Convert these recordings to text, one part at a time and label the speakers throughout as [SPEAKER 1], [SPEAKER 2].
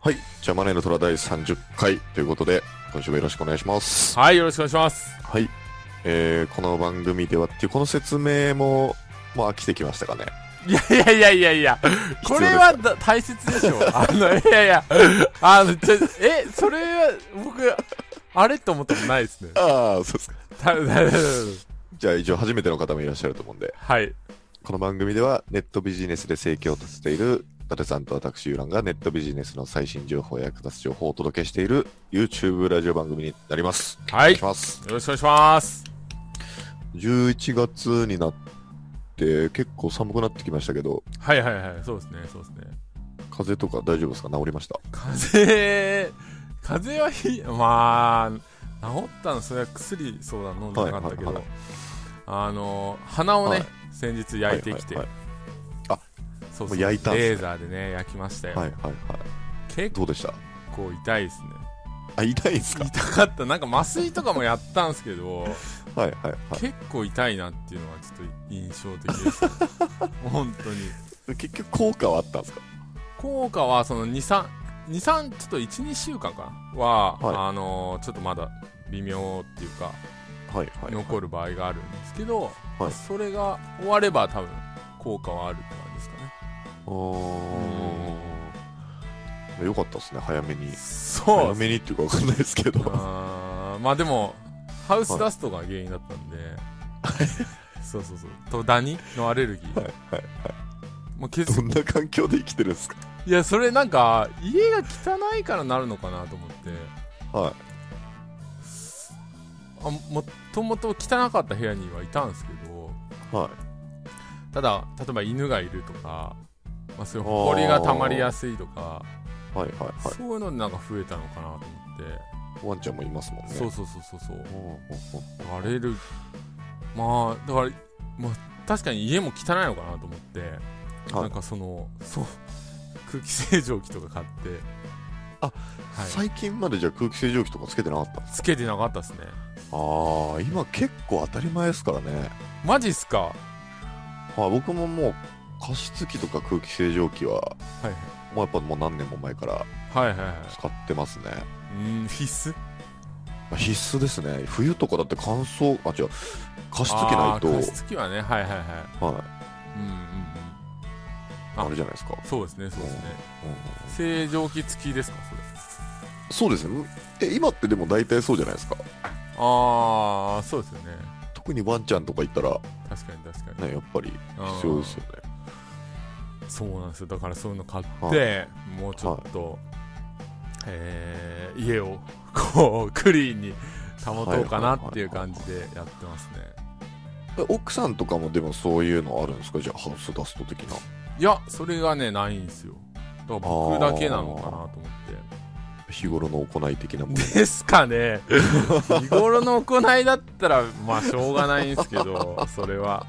[SPEAKER 1] はい。じゃあ、マネーの虎第30回ということで、今週もよろしくお願いします。
[SPEAKER 2] はい、よろしくお願いします。
[SPEAKER 1] はい。えー、この番組ではっていう、この説明も、もう飽きてきましたかね。
[SPEAKER 2] いやいやいやいやいや、これはだ大切でし ょ。あの、いやいや、あの、ちょえ、それは、僕、あれと思ったことないですね。
[SPEAKER 1] ああ、そうですか。
[SPEAKER 2] た
[SPEAKER 1] じゃあ、一応初めての方もいらっしゃると思うんで、
[SPEAKER 2] はい。
[SPEAKER 1] この番組ではネットビジネスで盛況としている伊達さんと私、ユーランがネットビジネスの最新情報や役立つ情報をお届けしている YouTube ラジオ番組になります。
[SPEAKER 2] は
[SPEAKER 1] お願
[SPEAKER 2] い。
[SPEAKER 1] いし
[SPEAKER 2] よ
[SPEAKER 1] ます。
[SPEAKER 2] ろしくお願いします。
[SPEAKER 1] 11月になって、結構寒くなってきましたけど、
[SPEAKER 2] はいはいはい、そうですね、そうですね。
[SPEAKER 1] 風邪とか大丈夫ですか治りました
[SPEAKER 2] 風邪、風邪はひ、まあ、治ったの、それは薬、そうだ、飲んでなかったけ
[SPEAKER 1] はいはい
[SPEAKER 2] ど
[SPEAKER 1] は、
[SPEAKER 2] あの、鼻を
[SPEAKER 1] は
[SPEAKER 2] ね
[SPEAKER 1] い、
[SPEAKER 2] 先日焼いてきて
[SPEAKER 1] はい、
[SPEAKER 2] そ
[SPEAKER 1] も
[SPEAKER 2] うそう
[SPEAKER 1] 焼
[SPEAKER 2] う、レ
[SPEAKER 1] いたんすね
[SPEAKER 2] ーザーでね、焼きました
[SPEAKER 1] はい
[SPEAKER 2] よ。
[SPEAKER 1] はいはいはい
[SPEAKER 2] 結
[SPEAKER 1] どうでした
[SPEAKER 2] 構痛いですね。
[SPEAKER 1] あ痛いんすか
[SPEAKER 2] 痛かったなんか麻酔とかもやったんですけど
[SPEAKER 1] はいはいは
[SPEAKER 2] 結構痛いなっていうのはちょっと印象的です 本当に
[SPEAKER 1] い結局効果はあったんですか
[SPEAKER 2] 効果はその23ちょっと12週間かなは、
[SPEAKER 1] はい
[SPEAKER 2] あのーちょっとまだ微妙っていうか
[SPEAKER 1] はいはい
[SPEAKER 2] 残る場合があるんですけど、
[SPEAKER 1] はい
[SPEAKER 2] それが終われば多分効果はあるって感じですかね
[SPEAKER 1] あーよかったですね早めに
[SPEAKER 2] そ
[SPEAKER 1] 早
[SPEAKER 2] うですね
[SPEAKER 1] めにっていうかわかんないですけどは
[SPEAKER 2] あーまあでもハウスダストが原因だったんで、そうそうそうとダニのアレルギー、
[SPEAKER 1] いはい
[SPEAKER 2] もう血
[SPEAKER 1] どんな環境で生きてるんですか
[SPEAKER 2] いやそれなんか家が汚いからなるのかなと思って
[SPEAKER 1] はい
[SPEAKER 2] あもともと汚かった部屋にはいたんですけど
[SPEAKER 1] はい
[SPEAKER 2] ただ例えば犬がいるとか、まあ、そういう埃が溜まりやすいとか
[SPEAKER 1] はいはいは
[SPEAKER 2] そういうのでなんか増えたのかなと思って、
[SPEAKER 1] いワンちゃんもいますもんね
[SPEAKER 2] そうそうそうそうそう
[SPEAKER 1] おーおーおー
[SPEAKER 2] アレルまあだから、まあ、確かに家も汚いのかなと思って、
[SPEAKER 1] はい
[SPEAKER 2] なんかそのそう空気清浄機とか買って
[SPEAKER 1] あ
[SPEAKER 2] はい、
[SPEAKER 1] 最近までじゃあ空気清浄機とかつけてなかったんです
[SPEAKER 2] つけてなかったですね
[SPEAKER 1] ああ今結構当たり前ですからね
[SPEAKER 2] マジっすかは
[SPEAKER 1] はい僕ももう加湿器とか空気清浄機はい
[SPEAKER 2] はい
[SPEAKER 1] もうやっぱもう何年も前から
[SPEAKER 2] はいはいはい
[SPEAKER 1] 使ってますね、
[SPEAKER 2] うん必須
[SPEAKER 1] まあ必須ですね冬とかだって乾燥あ違う加湿器ないと
[SPEAKER 2] あー加湿器はねはいはいはい
[SPEAKER 1] はい、
[SPEAKER 2] うんうんうんあ
[SPEAKER 1] あれじゃないですか、
[SPEAKER 2] そうですねそうですね
[SPEAKER 1] うん
[SPEAKER 2] 清浄機付きですかそれ
[SPEAKER 1] そうですねえ今ってでも大体そうじゃないですか
[SPEAKER 2] ああそうですよね
[SPEAKER 1] 特にワンちゃんとか行ったら
[SPEAKER 2] 確かに確かに、
[SPEAKER 1] ねやっぱり
[SPEAKER 2] うん
[SPEAKER 1] 必要ですよね
[SPEAKER 2] そうなんですよだからそういうの買って、
[SPEAKER 1] は
[SPEAKER 2] もうちょっと、えー家をこうクリーンに保とうかなっていう感じでやってますね
[SPEAKER 1] え奥さんとかもでもそういうのあるんですかじゃあハウスダスト的ない
[SPEAKER 2] やそれがねないんですよだから僕だけなのかなと思って
[SPEAKER 1] 日頃の行い的なもの
[SPEAKER 2] ですか ね日頃の行いだったらまあしょうがないんですけどそれは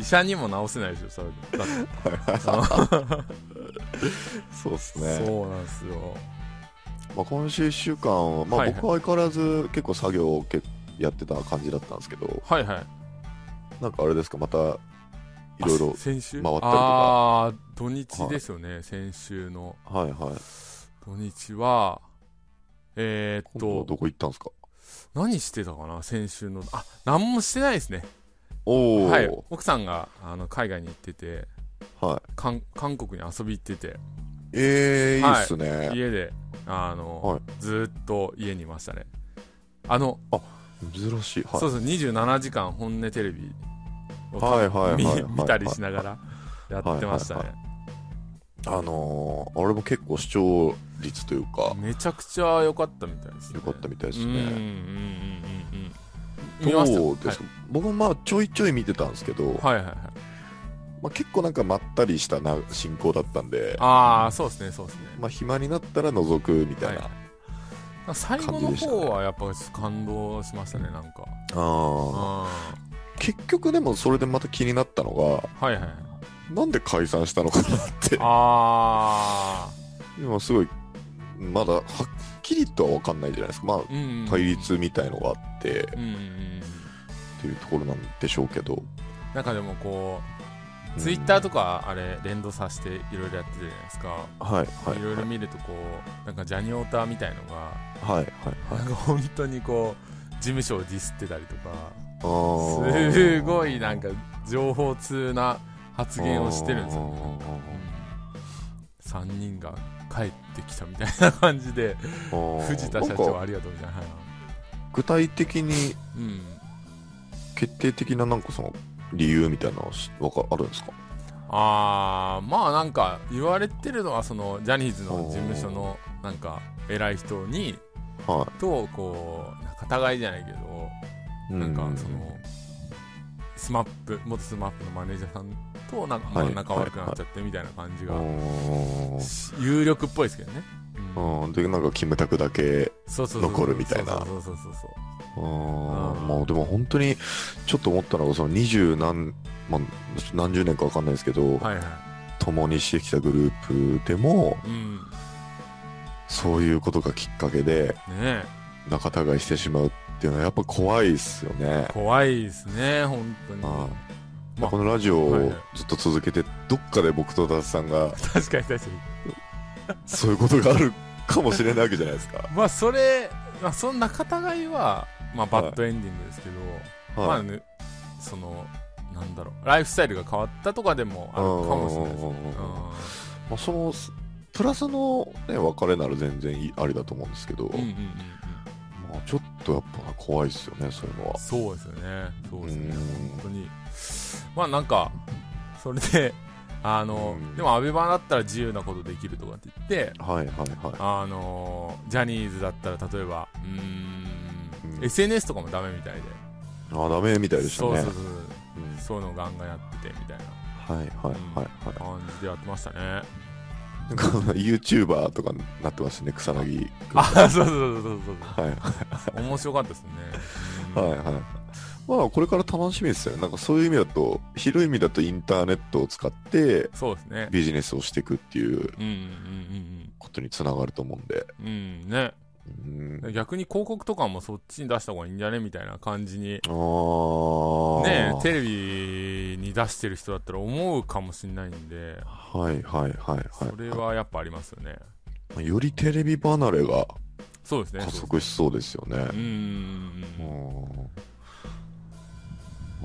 [SPEAKER 2] 医者にも治せないですよそれだって
[SPEAKER 1] そうですね、
[SPEAKER 2] そうなんですよ
[SPEAKER 1] まあ、今週1週間は、ま
[SPEAKER 2] は
[SPEAKER 1] あ、
[SPEAKER 2] いはい
[SPEAKER 1] 僕は相変わらず結構作業をけやってた感じだったんですけど
[SPEAKER 2] はいはい
[SPEAKER 1] なんかあれですかまたいろいろ
[SPEAKER 2] あ先週
[SPEAKER 1] 回ったりとか
[SPEAKER 2] ああ土日ですよね、先週の
[SPEAKER 1] はいはい
[SPEAKER 2] 土日はえーっ
[SPEAKER 1] 今度は
[SPEAKER 2] と
[SPEAKER 1] どこ行ったんですか
[SPEAKER 2] 何してたかな先週のあ何もしてないですね
[SPEAKER 1] おお、
[SPEAKER 2] は
[SPEAKER 1] はい
[SPEAKER 2] い、奥さんがあの海外に行ってて韓韓国に遊び行ってて
[SPEAKER 1] えー、いいっすね、
[SPEAKER 2] 家であの、
[SPEAKER 1] はい
[SPEAKER 2] ずーっと家にいましたねあの、
[SPEAKER 1] 珍しい、はい、
[SPEAKER 2] そうそう27時間本音テレビを
[SPEAKER 1] はいはいはいはい
[SPEAKER 2] 見見たりしながらやってましたね、
[SPEAKER 1] はいはあのー、あれも結構視聴率というか
[SPEAKER 2] めちゃくちゃ良かったみたいですね
[SPEAKER 1] 良かったみたいです
[SPEAKER 2] うんうんうん
[SPEAKER 1] ね、
[SPEAKER 2] うんうん見
[SPEAKER 1] ど
[SPEAKER 2] ま
[SPEAKER 1] う
[SPEAKER 2] した
[SPEAKER 1] ですか、僕もまあちょいちょい見てたんですけど、
[SPEAKER 2] はいはいはいはい
[SPEAKER 1] まあ、結構なんかまったりしたな進行だったんで
[SPEAKER 2] ああそうですねそうですね、
[SPEAKER 1] まあ暇になったら覗くみたいな、
[SPEAKER 2] はいなんか最後の方はやっぱ感動しましたねなんか
[SPEAKER 1] あー
[SPEAKER 2] あ
[SPEAKER 1] 結局でもそれでまた気になったのが
[SPEAKER 2] ーはいはい
[SPEAKER 1] なんで解散したのかなって
[SPEAKER 2] あ
[SPEAKER 1] 今すごいまだはっきりとは分かんないじゃないですかまあ
[SPEAKER 2] あ、うん、
[SPEAKER 1] 対立みたいのがあって
[SPEAKER 2] うんうんうん
[SPEAKER 1] っていうところなんでしょうけど
[SPEAKER 2] なんかでもこうツイッターとかあれ連動させていろいろやってるじゃないですか、
[SPEAKER 1] うんはいはい
[SPEAKER 2] いろいろ見るとこうなんかジャニオタみたいのが
[SPEAKER 1] はいはいはい
[SPEAKER 2] なんか本当にこう事務所をディスってたりとか
[SPEAKER 1] あー
[SPEAKER 2] すごいなんか情報通な発言をしてるんですよ、うん、3人が帰ってきたみたいな感じで
[SPEAKER 1] あー
[SPEAKER 2] 藤田
[SPEAKER 1] な
[SPEAKER 2] 社
[SPEAKER 1] ん
[SPEAKER 2] 長
[SPEAKER 1] か
[SPEAKER 2] ありがとうみたいな、はい
[SPEAKER 1] 具体的に
[SPEAKER 2] うん、
[SPEAKER 1] 決定的ななんかその理由みたいなのはしわかあるんですか
[SPEAKER 2] あーまあなんか言われてるのはそのジャニーズの事務所のなんか偉い人に
[SPEAKER 1] は
[SPEAKER 2] とこうなんか互いじゃないけど
[SPEAKER 1] い
[SPEAKER 2] なんかそ
[SPEAKER 1] うん
[SPEAKER 2] のスマップ元スマップのマネージャーさんとなんかまあ
[SPEAKER 1] はい
[SPEAKER 2] 仲悪くなっちゃってみたいな感じが
[SPEAKER 1] う
[SPEAKER 2] 有力っぽいですけどね、うん
[SPEAKER 1] んうんでなんかキムタクだけ
[SPEAKER 2] そうそうそう
[SPEAKER 1] 残るみたいな
[SPEAKER 2] そうそうそうそう
[SPEAKER 1] うん
[SPEAKER 2] うん
[SPEAKER 1] もうでも本当にちょっと思ったのがその二十何、まあ、何十年かわかんないですけど、
[SPEAKER 2] はいはい
[SPEAKER 1] 共にしてきたグループでも
[SPEAKER 2] うんね
[SPEAKER 1] そういうことがきっかけで
[SPEAKER 2] え
[SPEAKER 1] 仲違いしてしまうっていうのはやっぱ怖いですよね。
[SPEAKER 2] 怖いですね本当に
[SPEAKER 1] あ
[SPEAKER 2] まあ
[SPEAKER 1] このラジオ
[SPEAKER 2] はい
[SPEAKER 1] を
[SPEAKER 2] はい
[SPEAKER 1] ずっと続けて、どっかで僕と達さん が
[SPEAKER 2] 確かに確かに
[SPEAKER 1] そういうことがあるかもしれないわけじゃないですか。
[SPEAKER 2] まあそれ、まあ、その仲違いはまあバッドエンディングですけど、ま
[SPEAKER 1] は
[SPEAKER 2] あ
[SPEAKER 1] い
[SPEAKER 2] ねそのなんだろうライフスタイルが変わったとかでもあるかもしれないですね
[SPEAKER 1] うんうんうんうん
[SPEAKER 2] うん
[SPEAKER 1] まあ、そのプラスの、ね、別れなら全然いいありだと思うんですけど、
[SPEAKER 2] うんうんうん
[SPEAKER 1] まあ、ちょっとやっぱ怖いですよねそういうの
[SPEAKER 2] う
[SPEAKER 1] は
[SPEAKER 2] ん、。そうですよねそうですね
[SPEAKER 1] うん
[SPEAKER 2] 本当にまあなんかそれであの
[SPEAKER 1] うん
[SPEAKER 2] でもアベマだったら自由なことできるとかって言って
[SPEAKER 1] はいはいは
[SPEAKER 2] あのジャニーズだったら例えばうーん、
[SPEAKER 1] うん
[SPEAKER 2] SNS とかもダメみたいで
[SPEAKER 1] い。あダメみたいでした
[SPEAKER 2] そう
[SPEAKER 1] ね
[SPEAKER 2] そう。そう
[SPEAKER 1] うん
[SPEAKER 2] そういうのをガンガンやっててみたいな
[SPEAKER 1] はいはいはいはい。
[SPEAKER 2] 感じでやってましたね
[SPEAKER 1] なんか YouTuber とかになってますね草薙君。
[SPEAKER 2] あ
[SPEAKER 1] は
[SPEAKER 2] そうそうそうそう
[SPEAKER 1] いはい
[SPEAKER 2] そう 面白かったですね、うん
[SPEAKER 1] はいはい。まあこれから楽しみですよね。なんかそういう意味だと広い意味だとインターネットを使って
[SPEAKER 2] そうですね
[SPEAKER 1] ビジネスをしていくっていう
[SPEAKER 2] うんうん
[SPEAKER 1] ことにつながると思うんで。
[SPEAKER 2] うんうんうんね
[SPEAKER 1] うん、
[SPEAKER 2] 逆に広告とかもそっちに出した方がいいんじゃねみたいな感じに
[SPEAKER 1] ああ。
[SPEAKER 2] ねテレビに出してる人だったら思うかもしれないんで
[SPEAKER 1] はいはいはいはい。
[SPEAKER 2] それはやっぱありますよね
[SPEAKER 1] よりテレビ離れが
[SPEAKER 2] そうですね
[SPEAKER 1] 加
[SPEAKER 2] そう
[SPEAKER 1] 速しそうですよね。
[SPEAKER 2] ですねうんうんうん
[SPEAKER 1] うん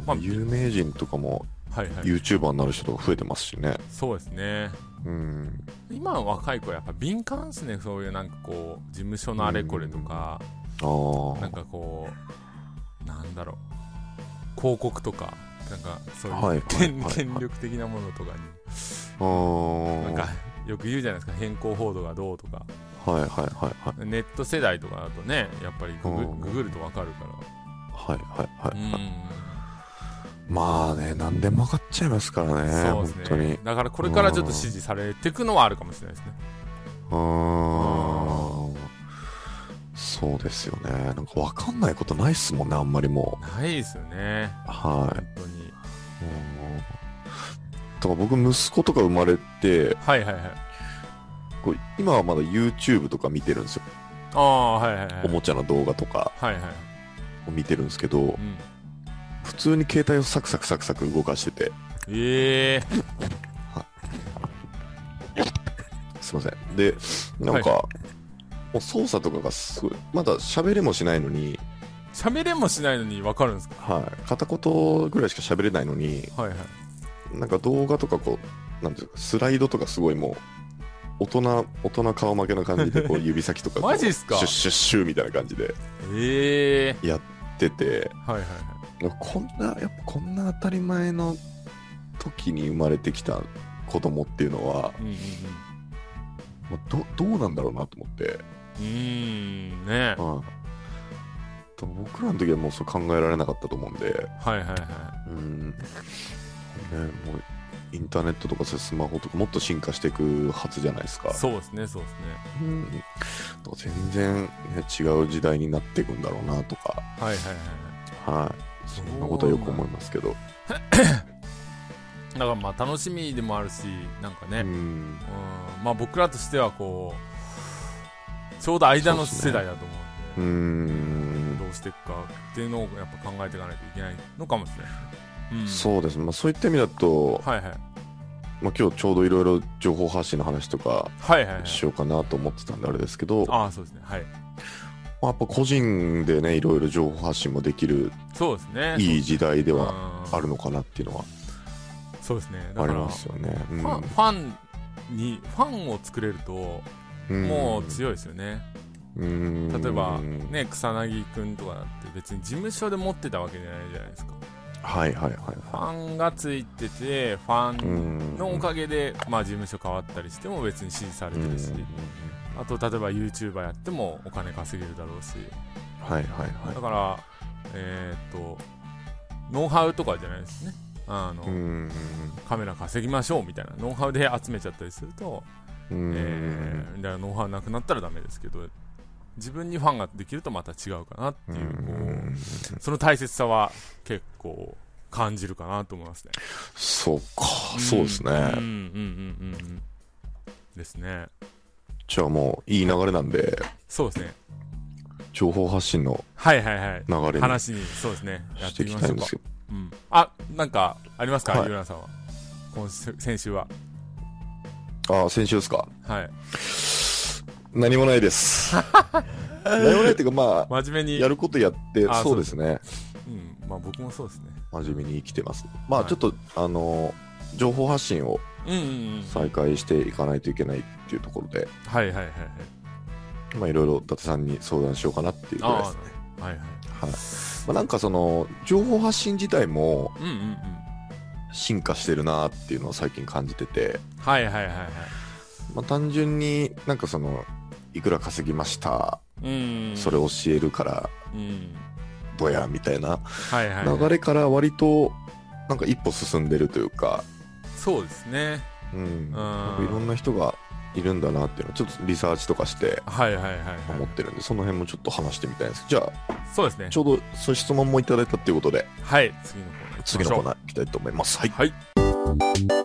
[SPEAKER 2] まあ
[SPEAKER 1] 有名人とかも
[SPEAKER 2] はいはい
[SPEAKER 1] YouTuber になる人とか増えてますしね。
[SPEAKER 2] そうですね
[SPEAKER 1] うん。
[SPEAKER 2] 今の若い子はやっぱ敏感ですねそういうなんかこう事務所のあれこれと
[SPEAKER 1] ああ。
[SPEAKER 2] かなんかこうなんだろう広告とかなんかそういう、
[SPEAKER 1] はい
[SPEAKER 2] 権
[SPEAKER 1] はいはい
[SPEAKER 2] 権力的なものとか
[SPEAKER 1] あ
[SPEAKER 2] に
[SPEAKER 1] ー
[SPEAKER 2] なんかよく言うじゃないですか変更報道がどうとか
[SPEAKER 1] はいはいはいはい。
[SPEAKER 2] ネット世代とかだとねやっぱりググ
[SPEAKER 1] うん
[SPEAKER 2] ググるとわかるか
[SPEAKER 1] はいはいは
[SPEAKER 2] ら
[SPEAKER 1] い。
[SPEAKER 2] うん
[SPEAKER 1] まあね、何でも分かっちゃいますからね、
[SPEAKER 2] そう
[SPEAKER 1] 本
[SPEAKER 2] です
[SPEAKER 1] 当に。
[SPEAKER 2] ね
[SPEAKER 1] う
[SPEAKER 2] だからこれからちょっと支持されていくのはあるかもしれないですね
[SPEAKER 1] ーん。そうですよね。なんか分かんないことないっすもんね、あんまりも
[SPEAKER 2] ないですよね
[SPEAKER 1] う。は
[SPEAKER 2] 本当に
[SPEAKER 1] い。うん。だから僕、息子とか生まれて、
[SPEAKER 2] はいはいはい
[SPEAKER 1] こう今はまだ YouTube とか見てるんですよ。
[SPEAKER 2] ああはいはいはい
[SPEAKER 1] おもちゃの動画とか
[SPEAKER 2] はいはい
[SPEAKER 1] を見てるんですけど
[SPEAKER 2] う、ん
[SPEAKER 1] 普通に携帯をサクサクサクサク動かしてて、
[SPEAKER 2] ええ
[SPEAKER 1] すいません。で、なんか、もう操作とかがすごい、まだ喋れもしないのに、
[SPEAKER 2] 喋れもしないのにわかるんですか
[SPEAKER 1] はい、片言ぐらいしか喋れないのに、
[SPEAKER 2] はいはい
[SPEAKER 1] なんか動画とかこう、なんていうか、スライドとかすごいもう、大人、大人顔負けな感じで、こ う指先とかこう、
[SPEAKER 2] マジっすか
[SPEAKER 1] シュッシュッシュみたいな感じで
[SPEAKER 2] ええ
[SPEAKER 1] やってて、
[SPEAKER 2] はいはいはい
[SPEAKER 1] こんな、やっぱこんな当たり前の時に生まれてきた子供っていうのは、
[SPEAKER 2] うんうんうん
[SPEAKER 1] もうどどうなんだろうなと思って、
[SPEAKER 2] うーんね
[SPEAKER 1] うんと僕らの時はもうそう考えられなかったと思うんで、
[SPEAKER 2] はいはいはい
[SPEAKER 1] うん、ね、もうインターネットとかそういうスマホとかもっと進化していくはずじゃないですか。
[SPEAKER 2] そうですねそうですね
[SPEAKER 1] うん、だから全然、ね、違う時代になっていくんだろうなとか、
[SPEAKER 2] はいはいはい
[SPEAKER 1] はい、そんなことはよく思いますけど。
[SPEAKER 2] だからまあ楽しみでもあるしなんかね、
[SPEAKER 1] う
[SPEAKER 2] うん
[SPEAKER 1] ん
[SPEAKER 2] まあ僕らとしてはこうちょうど間の世代だと思
[SPEAKER 1] う
[SPEAKER 2] うん
[SPEAKER 1] ー
[SPEAKER 2] で
[SPEAKER 1] ん
[SPEAKER 2] どうしていくかっていうのをやっぱ考えていかないといけないのかもしれない、うん、
[SPEAKER 1] そうですね、まあ、そういった意味だと、
[SPEAKER 2] はいはい
[SPEAKER 1] まあ、今日ちょうどいろいろ情報発信の話とか
[SPEAKER 2] はいはいはい
[SPEAKER 1] しようかなと思ってたんであれですけど、ま
[SPEAKER 2] ああそうですねはい
[SPEAKER 1] あ、やっぱ個人でねいろいろ情報発信もできる
[SPEAKER 2] そうですね
[SPEAKER 1] いい時代で
[SPEAKER 2] で
[SPEAKER 1] はあるのかなっていうのは
[SPEAKER 2] そうですねだ
[SPEAKER 1] あ
[SPEAKER 2] か
[SPEAKER 1] り
[SPEAKER 2] ら
[SPEAKER 1] ますよね。
[SPEAKER 2] ファンファンにファンを作れると
[SPEAKER 1] うん
[SPEAKER 2] もう強いですよね、
[SPEAKER 1] うん
[SPEAKER 2] 例えば
[SPEAKER 1] うん
[SPEAKER 2] ね草薙君とかだって別に事務所で持ってたわけじゃないじゃないですか
[SPEAKER 1] はいはいはい
[SPEAKER 2] ファンがついててファ
[SPEAKER 1] う
[SPEAKER 2] ン
[SPEAKER 1] ん
[SPEAKER 2] のおかげで、まあ、事務所変わったりしても別に支持されてるし、
[SPEAKER 1] うん
[SPEAKER 2] あと例えば YouTuber やってもお金稼げるだろうし
[SPEAKER 1] はいはい
[SPEAKER 2] だ
[SPEAKER 1] は
[SPEAKER 2] からえーっとノウハウとかじゃないですねあの、
[SPEAKER 1] い。うん
[SPEAKER 2] カメラ稼ぎましょうみたいなノウハウで集めちゃったりすると、
[SPEAKER 1] うん
[SPEAKER 2] えー、みたいなノウハウなくなったらダメですけど自分にファンができるとまた違うかなっていう
[SPEAKER 1] う
[SPEAKER 2] こ
[SPEAKER 1] ん
[SPEAKER 2] うその大切さは結構感じるかなと思いますね
[SPEAKER 1] そうか、そうですね。
[SPEAKER 2] うんうんうんうんうんですね
[SPEAKER 1] じゃあもういい流れなんで、
[SPEAKER 2] そうですね
[SPEAKER 1] 情報発信の
[SPEAKER 2] はいはいはい
[SPEAKER 1] 流れに
[SPEAKER 2] 話にそうですねやっ
[SPEAKER 1] して
[SPEAKER 2] て
[SPEAKER 1] い
[SPEAKER 2] いき
[SPEAKER 1] きた
[SPEAKER 2] まし
[SPEAKER 1] いん
[SPEAKER 2] ょう
[SPEAKER 1] で
[SPEAKER 2] か
[SPEAKER 1] すけど。
[SPEAKER 2] うん、あなんかありますか、
[SPEAKER 1] はい
[SPEAKER 2] ゆうなさんは今週先週は
[SPEAKER 1] ああ、先週ですか。
[SPEAKER 2] はい
[SPEAKER 1] 何もない です。何もないっていうか、まあ、
[SPEAKER 2] 真面目に
[SPEAKER 1] やることやって、
[SPEAKER 2] あ
[SPEAKER 1] そうですね。
[SPEAKER 2] うんまあ僕もそうですね
[SPEAKER 1] 真面目に生きてます。まあ、
[SPEAKER 2] はい
[SPEAKER 1] ちょっと、あのー、情報発信を
[SPEAKER 2] うんうんうん
[SPEAKER 1] 再開していかないといけないっていうところで、
[SPEAKER 2] はいはいはいはい
[SPEAKER 1] まあ、いろいろ伊達さんに相談しようかなっていうぐらいですね。
[SPEAKER 2] あーはいはい
[SPEAKER 1] はいまあ、なんかその情報発信自体も
[SPEAKER 2] うんうんうん
[SPEAKER 1] 進化してるなっていうのを最近感じてて、
[SPEAKER 2] はいはいはいはい
[SPEAKER 1] まあ、単純になんかそのいくら稼ぎました
[SPEAKER 2] うん
[SPEAKER 1] それ教えるから
[SPEAKER 2] うん
[SPEAKER 1] どやみたいな
[SPEAKER 2] はいはい、はい、
[SPEAKER 1] 流れから割となんか一歩進んでるというか、
[SPEAKER 2] そうですね
[SPEAKER 1] うん、なん
[SPEAKER 2] あ
[SPEAKER 1] かいろんな人がいるんだなっていうのをちょっとリサーチとかして
[SPEAKER 2] はいはいはいはい
[SPEAKER 1] 思ってるんでその辺もちょっと話してみたいんですじゃあ
[SPEAKER 2] そうですね
[SPEAKER 1] ちょうどそういう質問もいただいたっていうことで
[SPEAKER 2] はい次のコーナ
[SPEAKER 1] 次のコーナ
[SPEAKER 2] ー行きましょ
[SPEAKER 1] ー行きたいと思いますはいう
[SPEAKER 2] はい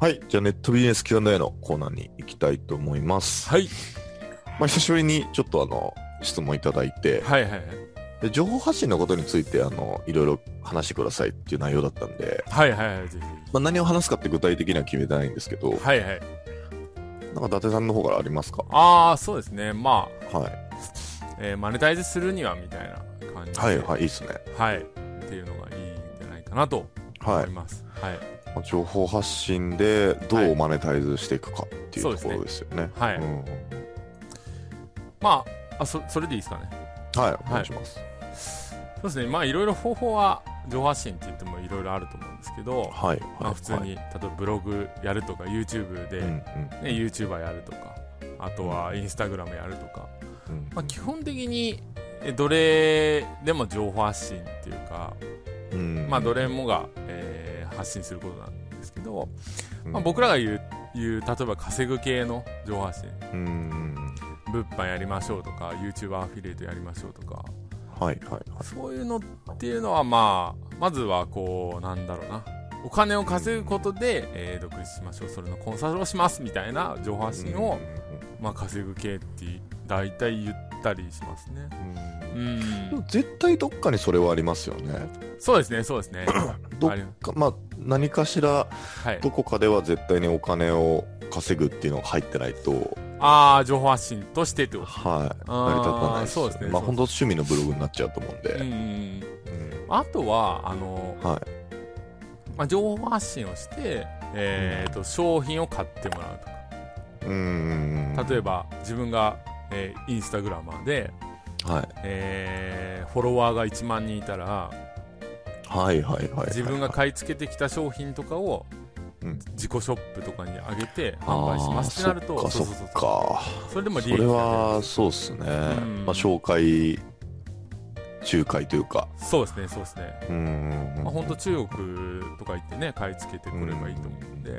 [SPEAKER 1] はいじゃあネットビジネス Q&A のコーナーに行きたいと思います
[SPEAKER 2] はい
[SPEAKER 1] まあ、久しぶりにちょっとあの質問いただいて
[SPEAKER 2] はいはいはい
[SPEAKER 1] で情報発信のことについてあのいろいろ話してくださいっていう内容だったんで、
[SPEAKER 2] はいはいはいぜひ
[SPEAKER 1] まあ、何を話すかって具体的には決めてないんですけどなんか
[SPEAKER 2] はいはい
[SPEAKER 1] 伊達さんの方からありますか
[SPEAKER 2] ああそうですねまあ
[SPEAKER 1] はい
[SPEAKER 2] えーマネタイズするにはみたいな感じで、
[SPEAKER 1] はいはいいいっすね
[SPEAKER 2] はいっていうのがいいんじゃないかなと
[SPEAKER 1] は
[SPEAKER 2] 思い
[SPEAKER 1] い
[SPEAKER 2] ます。はい、
[SPEAKER 1] まあ情報発信でどうマネタイズしていくかっていう
[SPEAKER 2] はい
[SPEAKER 1] ところですよね
[SPEAKER 2] はい
[SPEAKER 1] うん
[SPEAKER 2] まああそそれでいいですかね。
[SPEAKER 1] はいお願いします
[SPEAKER 2] そうですね、まあいろいろ方法は情報発信って言ってもいろいろあると思うんですけど、
[SPEAKER 1] はいはい
[SPEAKER 2] まあ、普通
[SPEAKER 1] はい
[SPEAKER 2] に、例えばブログやるとか YouTube で、
[SPEAKER 1] うんうん
[SPEAKER 2] ね YouTuber やるとかあとは Instagram やるとか、
[SPEAKER 1] うん
[SPEAKER 2] まあ、基本的にえどれでも情報発信っていうか、
[SPEAKER 1] うん
[SPEAKER 2] まあ、どれもが、えー発信することなんですけど、
[SPEAKER 1] うん
[SPEAKER 2] まあ、僕らが言う言う例えば稼ぐ系の情報発信
[SPEAKER 1] うん
[SPEAKER 2] 物販やりましょうとか YouTuber アフィリエイトやりましょうとか
[SPEAKER 1] はいはいはい
[SPEAKER 2] そういうのっていうのはまあまずはこうなんだろうなお金を稼ぐことで、えー独立しましょうそれのコンサルをしますみたいな情報発信を、まあ、稼ぐ系って大体言ったりしますね
[SPEAKER 1] うんうん
[SPEAKER 2] う
[SPEAKER 1] でも
[SPEAKER 2] ん
[SPEAKER 1] 絶対どっかにそれはありますよね。
[SPEAKER 2] そうですねそうですね
[SPEAKER 1] どっ
[SPEAKER 2] あり
[SPEAKER 1] か、まあ、何かしら、
[SPEAKER 2] はい
[SPEAKER 1] どこかでは絶対にお金を稼ぐっていうのが入ってないと、
[SPEAKER 2] ああ情報発信としてってこと
[SPEAKER 1] はい、
[SPEAKER 2] あー
[SPEAKER 1] 成り立たないですよ
[SPEAKER 2] そうですね
[SPEAKER 1] まあ、
[SPEAKER 2] そう
[SPEAKER 1] 本当趣味のブログになっちゃうと思うん
[SPEAKER 2] うん
[SPEAKER 1] で。
[SPEAKER 2] うんうん
[SPEAKER 1] うん
[SPEAKER 2] あとはあの、
[SPEAKER 1] は
[SPEAKER 2] まあ、情報発信をして、えーと商品を買ってもらうとか
[SPEAKER 1] い。うん。
[SPEAKER 2] 例えば自分が、えーインスタグラマーで、
[SPEAKER 1] はい。
[SPEAKER 2] えーフォロワーが1万人いたら
[SPEAKER 1] はいはいはいはい。
[SPEAKER 2] 自分が買い付けてきた商品とかを
[SPEAKER 1] うん
[SPEAKER 2] 自己ショップとかに上げて
[SPEAKER 1] あー
[SPEAKER 2] 販売しますってなると
[SPEAKER 1] そっか、そっか。
[SPEAKER 2] それでも
[SPEAKER 1] そ
[SPEAKER 2] 利益
[SPEAKER 1] れ
[SPEAKER 2] が
[SPEAKER 1] は、そうですね。
[SPEAKER 2] ん
[SPEAKER 1] まあ、紹介仲介というか。
[SPEAKER 2] そうですね、そうですね。
[SPEAKER 1] うんうんうん
[SPEAKER 2] まあ、本当中国とか行ってね、買い付けてくればいいと思うんで、ま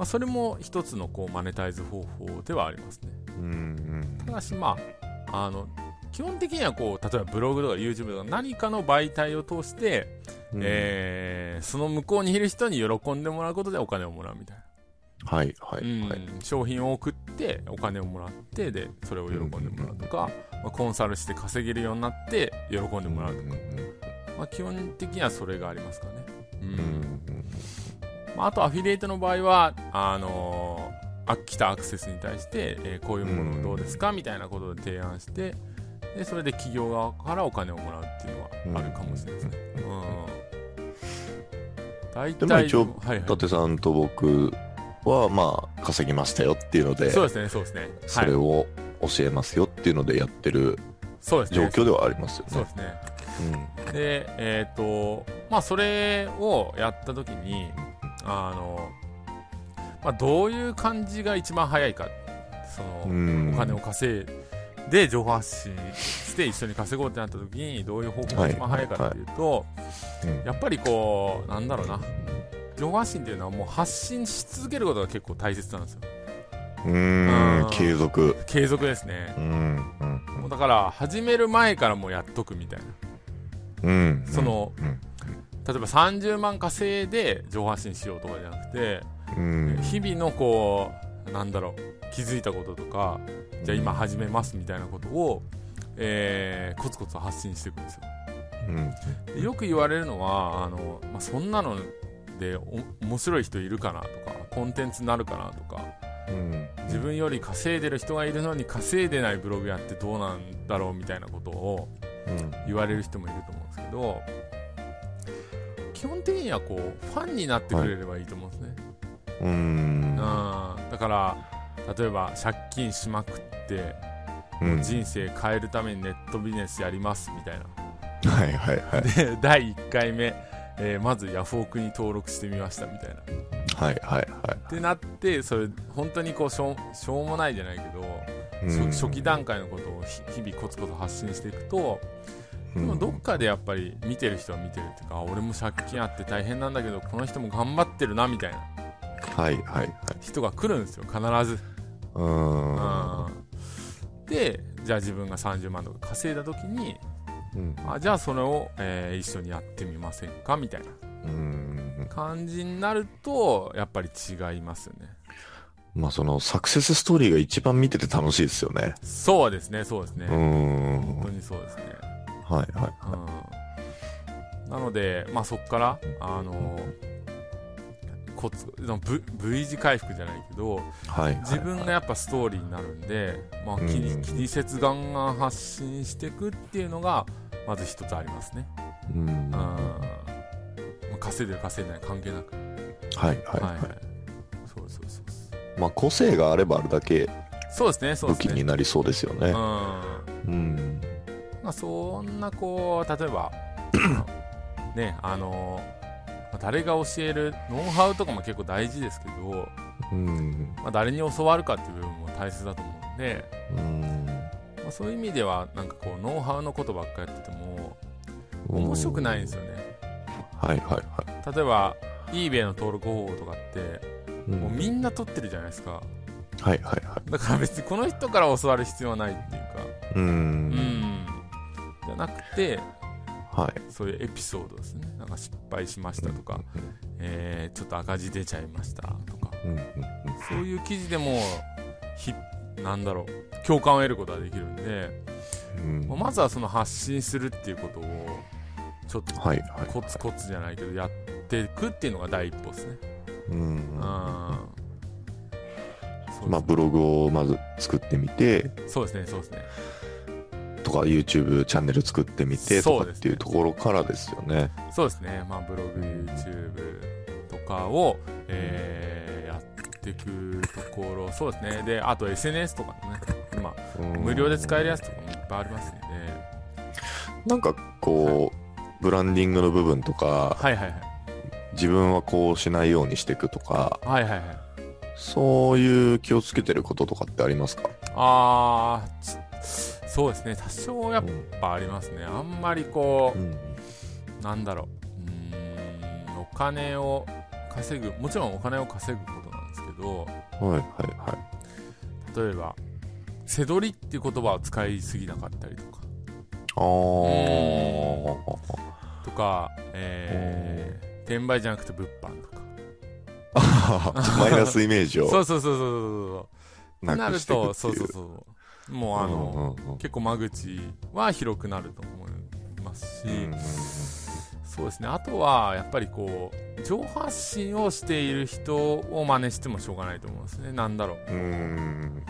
[SPEAKER 2] あ、それも一つのこうマネタイズ方法ではありますね。
[SPEAKER 1] うん
[SPEAKER 2] ただし、まあ、あの、基本的にはこう、例えばブログとか YouTube とか何かの媒体を通して、
[SPEAKER 1] うん
[SPEAKER 2] えーその向こうにいる人に喜んでもらうことでお金をもらうみたいな。
[SPEAKER 1] はいは
[SPEAKER 2] う
[SPEAKER 1] い
[SPEAKER 2] ん
[SPEAKER 1] はい。
[SPEAKER 2] 商品を送ってお金をもらってでそれを喜んでもらうとか、まあ、コンサルして稼げるようになって喜んでもらうとか、まあ、基本的にはそれがありますかね、うん
[SPEAKER 1] うんうん
[SPEAKER 2] まあ、あとアフィリエイトの場合はあのーあ来たアクセスに対して、えーこういうものどうですかみたいなことで提案してでそれで企業側からお金をもらうっていうのはあるかもしれないですね、うん、大
[SPEAKER 1] で
[SPEAKER 2] 体
[SPEAKER 1] まあ一応
[SPEAKER 2] はい
[SPEAKER 1] 伊達さんと僕はまあ稼ぎましたよっていうので
[SPEAKER 2] そうですねそうですね
[SPEAKER 1] それ
[SPEAKER 2] はい、
[SPEAKER 1] を教えますよっていうのでやってる
[SPEAKER 2] そうです
[SPEAKER 1] 状
[SPEAKER 2] ね
[SPEAKER 1] 況ではあります
[SPEAKER 2] そう
[SPEAKER 1] よ
[SPEAKER 2] ですね
[SPEAKER 1] ね。
[SPEAKER 2] で、えっ、と、まあ、それをやったときに、あの、まあ、どういう感じが一番早いか、その、
[SPEAKER 1] うん
[SPEAKER 2] お金を稼いで、情報発信して一緒に稼ごうってなったときに、どういう方法が一番早いかっていうと、
[SPEAKER 1] うん
[SPEAKER 2] やっぱりこう、なんだろうな、情報発信っていうのはもう発信し続けることが結構大切なんですよ。
[SPEAKER 1] うー
[SPEAKER 2] うん
[SPEAKER 1] ん継続。
[SPEAKER 2] 継続ですね
[SPEAKER 1] う。んうん
[SPEAKER 2] もうだから、始める前からもうやっとくみたいな。
[SPEAKER 1] うん
[SPEAKER 2] その、
[SPEAKER 1] うん
[SPEAKER 2] 例えば30万稼いで上半身しようとかじゃなくて、
[SPEAKER 1] うん
[SPEAKER 2] 日々のこうなんだろう気づいたこととかじゃあ今始めますみたいなことを、えーコツコツ発信していくんですよ
[SPEAKER 1] うん
[SPEAKER 2] でよく言われるのはあの、まあ、そんなのでお面白い人いるかなとかコンテンツになるかなとか
[SPEAKER 1] うん
[SPEAKER 2] 自分より稼いでる人がいるのに稼いでないブログやってどうなんだろうみたいなことを
[SPEAKER 1] うん
[SPEAKER 2] 言われる人もいると思うんですけど基本的にはこうファンになってくれればいいと思うんですね、
[SPEAKER 1] うん
[SPEAKER 2] うんだから例えば借金しまくって
[SPEAKER 1] うん
[SPEAKER 2] 人生変えるためにネットビジネスやりますみたいな
[SPEAKER 1] はいはいはい
[SPEAKER 2] で 第1回目、えーまずヤフオクに登録してみましたみたいなっ
[SPEAKER 1] はいはいは
[SPEAKER 2] てなってそれ本当にこうしょうしょうもないじゃないけど、
[SPEAKER 1] い。
[SPEAKER 2] 初初期段階のことをひ日々コツコツ発信していくと
[SPEAKER 1] う
[SPEAKER 2] で
[SPEAKER 1] ん
[SPEAKER 2] もどっかでやっぱり見てる人は見てるっていうかあ俺も借金あって大変なんだけどこの人も頑張ってるなみたいな
[SPEAKER 1] はいはいはい。
[SPEAKER 2] 人が来るんですよ必ず、
[SPEAKER 1] う
[SPEAKER 2] うん
[SPEAKER 1] ん
[SPEAKER 2] でじゃあ自分が30万とか稼いだ時に
[SPEAKER 1] うん
[SPEAKER 2] あじゃあそれを、えー一緒にやってみませんかみたいな
[SPEAKER 1] うん
[SPEAKER 2] 感じになるとやっぱり違いますよね
[SPEAKER 1] まあそのサクセスストーリーが一番見てて楽しいですよね。
[SPEAKER 2] そうですねそうですね、
[SPEAKER 1] うん
[SPEAKER 2] 本当にそうですね
[SPEAKER 1] はいはい。
[SPEAKER 2] うんなので、まあ、そこから、あのコツその V, v 字回復じゃないけど
[SPEAKER 1] はいはい
[SPEAKER 2] 自分がやっぱストーリーになるんで、まあ、気
[SPEAKER 1] うん
[SPEAKER 2] に気にせずガンガン発信していくっていうのがまず一つありますね、
[SPEAKER 1] うん
[SPEAKER 2] う
[SPEAKER 1] は
[SPEAKER 2] んまあ、稼いでる稼いでない関係なく、はい
[SPEAKER 1] はいはい
[SPEAKER 2] い。そうそうそうそう
[SPEAKER 1] まあ個性があればあるだけ
[SPEAKER 2] そうですねそう
[SPEAKER 1] 武
[SPEAKER 2] で
[SPEAKER 1] 器
[SPEAKER 2] すね
[SPEAKER 1] になりそうですよね
[SPEAKER 2] う。ん
[SPEAKER 1] うん。
[SPEAKER 2] まあ、そんなこう例えばねあのまあ誰が教えるノウハウとかも結構大事ですけど、
[SPEAKER 1] うん。
[SPEAKER 2] まあ、誰に教わるかっていう部分も大切だと思うんで、
[SPEAKER 1] うん。
[SPEAKER 2] まあ、そういう意味ではなんかこうノウハウのことばっかりやってても面白くないんですよね
[SPEAKER 1] はいはいは
[SPEAKER 2] 例えば eBay の登録方法とかって
[SPEAKER 1] い。
[SPEAKER 2] もうみんな取ってるじゃないですか
[SPEAKER 1] はいはいは
[SPEAKER 2] だから別にこの人から教わる必要はないっていうか
[SPEAKER 1] い。う。
[SPEAKER 2] うんんじゃなくて
[SPEAKER 1] はい。
[SPEAKER 2] そういうエピソードですねなんか失敗しましたとかえーちょっと赤字出ちゃいましたとか
[SPEAKER 1] うん。うん。
[SPEAKER 2] そういう記事でもひなんだろう共感を得ることができるんで、
[SPEAKER 1] うん。
[SPEAKER 2] まあまずはその発信するっていうことをちょっと
[SPEAKER 1] はいはい。
[SPEAKER 2] コツコツじゃないけどやっていくっていうのが第一歩ですね。
[SPEAKER 1] うん。
[SPEAKER 2] うん
[SPEAKER 1] ま
[SPEAKER 2] そうです
[SPEAKER 1] あブログをまず作ってみて
[SPEAKER 2] そうですねそうですね
[SPEAKER 1] とか YouTube チャンネル作ってみてとかっていうところからですよね。
[SPEAKER 2] そうですね、まあ、ブログ YouTube とかを、えーやっていくところそうですねであと SNS とかもね今無料で使えるやつとかもいっぱいありますんで、
[SPEAKER 1] なんかこう、ブランディングの部分とか、
[SPEAKER 2] はいはいはい
[SPEAKER 1] 自分はこうしないようにしていくとか、
[SPEAKER 2] はいはいはい
[SPEAKER 1] そういう気をつけてることとかってありますか
[SPEAKER 2] あーちそうですね多少やっぱありますねあんまりこ
[SPEAKER 1] うん
[SPEAKER 2] うなんだろううーんお金を稼ぐもちろんお金を稼ぐことなんですけど
[SPEAKER 1] はいはいは
[SPEAKER 2] 例えばせどりっていう言葉を使いすぎなかったりとか
[SPEAKER 1] い。
[SPEAKER 2] とか、えー転売じゃなくて物販とか
[SPEAKER 1] ああ。 マイナスイメージ
[SPEAKER 2] そ
[SPEAKER 1] を
[SPEAKER 2] うそうそうそうそうそう
[SPEAKER 1] な
[SPEAKER 2] な
[SPEAKER 1] く
[SPEAKER 2] る
[SPEAKER 1] していくっていう。
[SPEAKER 2] とそうそうそうもうあの、
[SPEAKER 1] うんうんうん
[SPEAKER 2] 結構間口は広くなると思いますし、
[SPEAKER 1] うんうんうん
[SPEAKER 2] そうですねあとはやっぱりこう上半身をしている人を真似してもしょうがないと思うんですねなんだろう、
[SPEAKER 1] うーん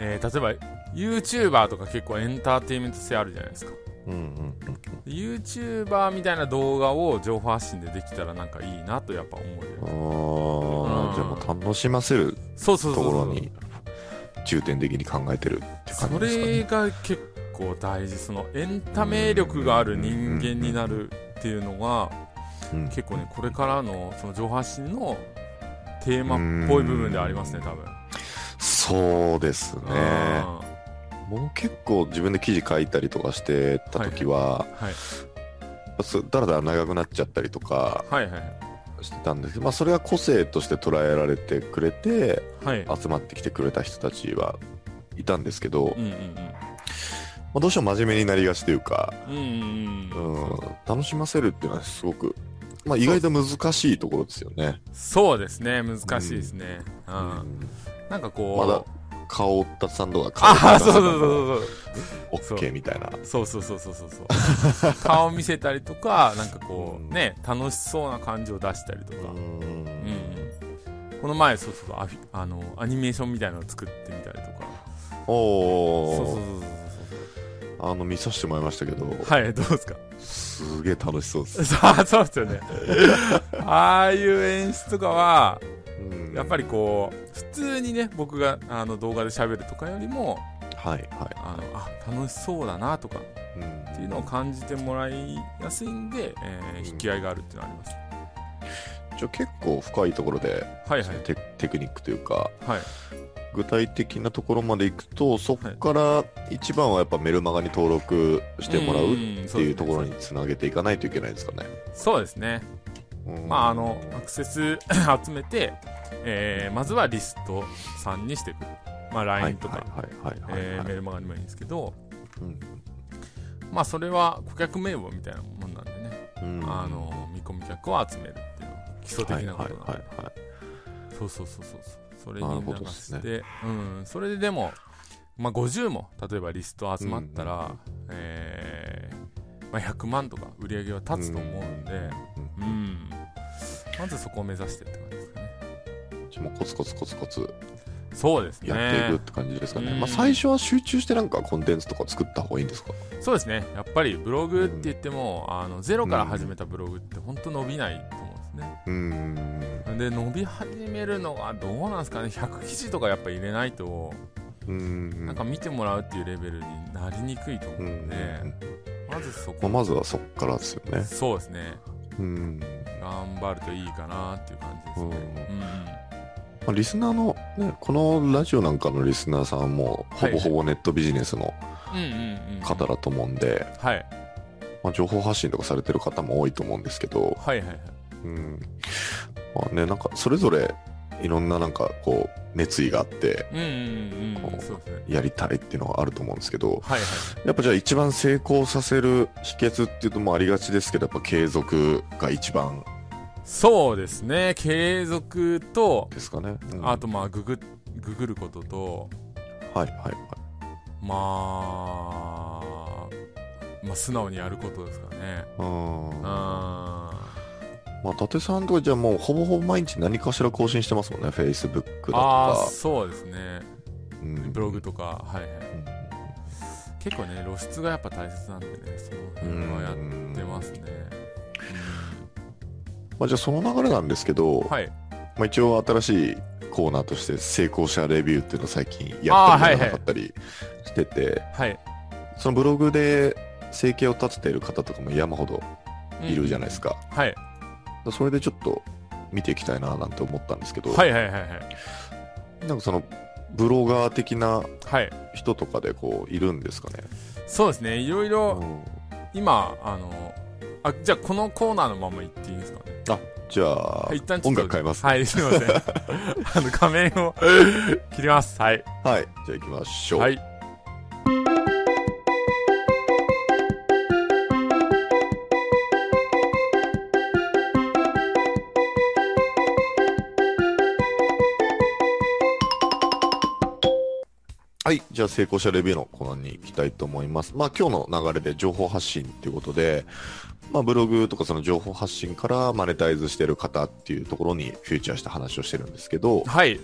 [SPEAKER 2] えー例えば YouTuber とか結構エンターテインメント性あるじゃないですか
[SPEAKER 1] うんうんうん
[SPEAKER 2] YouTuber みたいな動画を上半身でできたらなんかいいなとやっぱ思うよ
[SPEAKER 1] ああ、じゃあもう楽しませる
[SPEAKER 2] そうそう
[SPEAKER 1] と
[SPEAKER 2] そう
[SPEAKER 1] ころ
[SPEAKER 2] そう
[SPEAKER 1] に重点的に考えてるって感
[SPEAKER 2] そ
[SPEAKER 1] じですか
[SPEAKER 2] れ
[SPEAKER 1] ね。
[SPEAKER 2] が結構大事そのエンタメ力がある人間になるっていうのが
[SPEAKER 1] うん
[SPEAKER 2] 結構ねこれからのその上半身のテーマっぽい部分ではありますね多分
[SPEAKER 1] そうですね。
[SPEAKER 2] あ
[SPEAKER 1] もう結構自分で記事書いたりとかしてた時は、
[SPEAKER 2] ーはい
[SPEAKER 1] そうだらだら長くなっちゃったりとか
[SPEAKER 2] はいはい
[SPEAKER 1] してたんですけど、まあ、それは個性として捉えられてくれて
[SPEAKER 2] はい
[SPEAKER 1] 集まってきてくれた人たちはいたんですけど、
[SPEAKER 2] うんうん
[SPEAKER 1] まあ、どうしても真面目になりがちというか、
[SPEAKER 2] うんうんうん
[SPEAKER 1] う
[SPEAKER 2] うんん
[SPEAKER 1] 楽しませるっていうのはすごく、まあ、意外と難しいところですよね。
[SPEAKER 2] そうですね難しいですねう
[SPEAKER 1] うんん
[SPEAKER 2] な
[SPEAKER 1] ま
[SPEAKER 2] んか
[SPEAKER 1] だ
[SPEAKER 2] こう
[SPEAKER 1] 顔たさんとか顔
[SPEAKER 2] ああそうそう
[SPEAKER 1] オ
[SPEAKER 2] そ
[SPEAKER 1] ッ
[SPEAKER 2] う
[SPEAKER 1] ケーみたいな。
[SPEAKER 2] そうそうそうそうそうそうそうそう 顔見せたりとかなんかこ
[SPEAKER 1] うん
[SPEAKER 2] うね楽しそうな感じを出したりとか
[SPEAKER 1] うん
[SPEAKER 2] うんうん、この前そうそうアフィあのアニメーションみたいなのを作ってみたりとか
[SPEAKER 1] おー
[SPEAKER 2] そうそうそうそう
[SPEAKER 1] あの見させてもらいましたけど、
[SPEAKER 2] そうはいどうですか
[SPEAKER 1] すげえ楽しそうです。
[SPEAKER 2] そうそうですよね ああいう演出とかは
[SPEAKER 1] うん
[SPEAKER 2] やっぱりこう普通にね僕があの動画で喋るとかよりも
[SPEAKER 1] はいは
[SPEAKER 2] あのあ楽しそうだなとかっ
[SPEAKER 1] い。うん
[SPEAKER 2] ていうのを感じてもらいやすいんで、えー引き合いがあるっていうのはあります
[SPEAKER 1] じゃあ結構深いところで、
[SPEAKER 2] はいはい
[SPEAKER 1] テテクニックというか
[SPEAKER 2] はい
[SPEAKER 1] 具体的なところまでいくとそこから一番はやっぱメルマガに登録してもらうっ
[SPEAKER 2] ん
[SPEAKER 1] ていうところにつなげていかないといけないですかね。
[SPEAKER 2] そうですね
[SPEAKER 1] うん
[SPEAKER 2] まあ、あのアクセス 集めて、えーまずはリストさんにしていく、まあ、
[SPEAKER 1] はい
[SPEAKER 2] LINE と
[SPEAKER 1] は
[SPEAKER 2] か
[SPEAKER 1] いはいはいはい
[SPEAKER 2] え
[SPEAKER 1] は
[SPEAKER 2] ーメ
[SPEAKER 1] い
[SPEAKER 2] ルマガにもいいんですけど、
[SPEAKER 1] うん
[SPEAKER 2] まあ、それは顧客名簿みたいなもんなんでね、
[SPEAKER 1] うん
[SPEAKER 2] あの見込み客を集めるっていうのが基礎的なことなん
[SPEAKER 1] はい
[SPEAKER 2] で、
[SPEAKER 1] はいはいはい
[SPEAKER 2] そうそうそうそうそれ
[SPEAKER 1] なる
[SPEAKER 2] に
[SPEAKER 1] ほど
[SPEAKER 2] 流
[SPEAKER 1] で
[SPEAKER 2] し
[SPEAKER 1] す
[SPEAKER 2] て、
[SPEAKER 1] ね
[SPEAKER 2] うん、それででも、まあ、50も例えばリスト集まったら、えーまあ、100万とか売り上げは立つと思うんで、
[SPEAKER 1] うん
[SPEAKER 2] うんまずそこを目指してって感じですかね。
[SPEAKER 1] じゃあもうコツコツコツコツ
[SPEAKER 2] そうですね。
[SPEAKER 1] やっていくって感じですかね。
[SPEAKER 2] うん
[SPEAKER 1] まあ最初は集中してなんかコンテンツとか作った方がいいんですか。
[SPEAKER 2] そうですね。やっぱりブログって言っても、あのゼロから始めたブログって本当伸びないと思うんで
[SPEAKER 1] うん。
[SPEAKER 2] すね。で、伸び始めるのがどうなんですかね。100記事とかやっぱ入れないと、
[SPEAKER 1] うん。
[SPEAKER 2] なんか見てもらうっていうレベルになりにくいと思う
[SPEAKER 1] うんん
[SPEAKER 2] で、まずそ
[SPEAKER 1] まあ、
[SPEAKER 2] こ、
[SPEAKER 1] まずはそっからですよね。
[SPEAKER 2] そうですね。
[SPEAKER 1] うん。
[SPEAKER 2] 頑張るといいかなっていう感じですね。うん、
[SPEAKER 1] まあ、リスナーの、ね、このラジオなんかのリスナーさんも、ほぼほぼネットビジネスの
[SPEAKER 2] うん。うんうんうん。
[SPEAKER 1] 方だと思うんで、
[SPEAKER 2] はい。
[SPEAKER 1] まあ、情報発信とかされてる方も多いと思うんですけど、
[SPEAKER 2] はいはいはい。
[SPEAKER 1] うん。まあね、なんか、それぞれ、いろんななんか、こう、熱意があって、
[SPEAKER 2] うんうんうん
[SPEAKER 1] こ
[SPEAKER 2] うん。
[SPEAKER 1] う
[SPEAKER 2] そうですね。
[SPEAKER 1] やりたいっていうのがあると思うんですけど、
[SPEAKER 2] はいはい。
[SPEAKER 1] やっぱじゃあ一番成功させる秘訣っていうともうありがちですけど、やっぱ継続が一番
[SPEAKER 2] そうですね。継続と、
[SPEAKER 1] ですかね。うん
[SPEAKER 2] あとまあググググることと
[SPEAKER 1] はいはいはい。
[SPEAKER 2] まあまあ素直にやることですかね
[SPEAKER 1] うん
[SPEAKER 2] うん。あ
[SPEAKER 1] まあ、伊達さんとかじゃあもうほぼほぼ毎日何かしら更新してますもんね、Facebook だと
[SPEAKER 2] あ
[SPEAKER 1] か
[SPEAKER 2] ー、そうですね
[SPEAKER 1] うん
[SPEAKER 2] ブログとか、はいはい結構ね露出がやっぱ大切なんでねその辺はやってますね、
[SPEAKER 1] まあ、じゃあその流れなんですけど、
[SPEAKER 2] うんはい
[SPEAKER 1] まあ、一応新しいコーナーとして成功者レビューっていうのを最近やってる
[SPEAKER 2] あ
[SPEAKER 1] や
[SPEAKER 2] ー
[SPEAKER 1] ら
[SPEAKER 2] はいは
[SPEAKER 1] ないかったりしてて、
[SPEAKER 2] はい
[SPEAKER 1] そのブログで生計を立てている方とかも山ほどいるじゃない
[SPEAKER 2] い
[SPEAKER 1] ですか、
[SPEAKER 2] はい
[SPEAKER 1] それでちょっと見ていきたいななんて思ったんですけど、
[SPEAKER 2] はいはいはいはい
[SPEAKER 1] なんかそのブロガー的な
[SPEAKER 2] はい
[SPEAKER 1] 人とかでこういるんですかね。
[SPEAKER 2] そうですねいろいうろ
[SPEAKER 1] ん、
[SPEAKER 2] 今あのあじゃあこのコーナーのまま行っていいですかね
[SPEAKER 1] じゃあ、
[SPEAKER 2] はい一旦ちょっ
[SPEAKER 1] 音
[SPEAKER 2] と
[SPEAKER 1] 楽変えます。
[SPEAKER 2] はいすいません あの画面を切りますはい
[SPEAKER 1] はい、じゃあ行きましょう。
[SPEAKER 2] はい
[SPEAKER 1] はい、じゃあ成功者レビューのコーナーに行きたいと思います。まあ今日の流れで情報発信っていうことで、まあブログとかその情報発信からマネタイズしてる方っていうところにフューチャーした話をしてるんですけど、
[SPEAKER 2] はい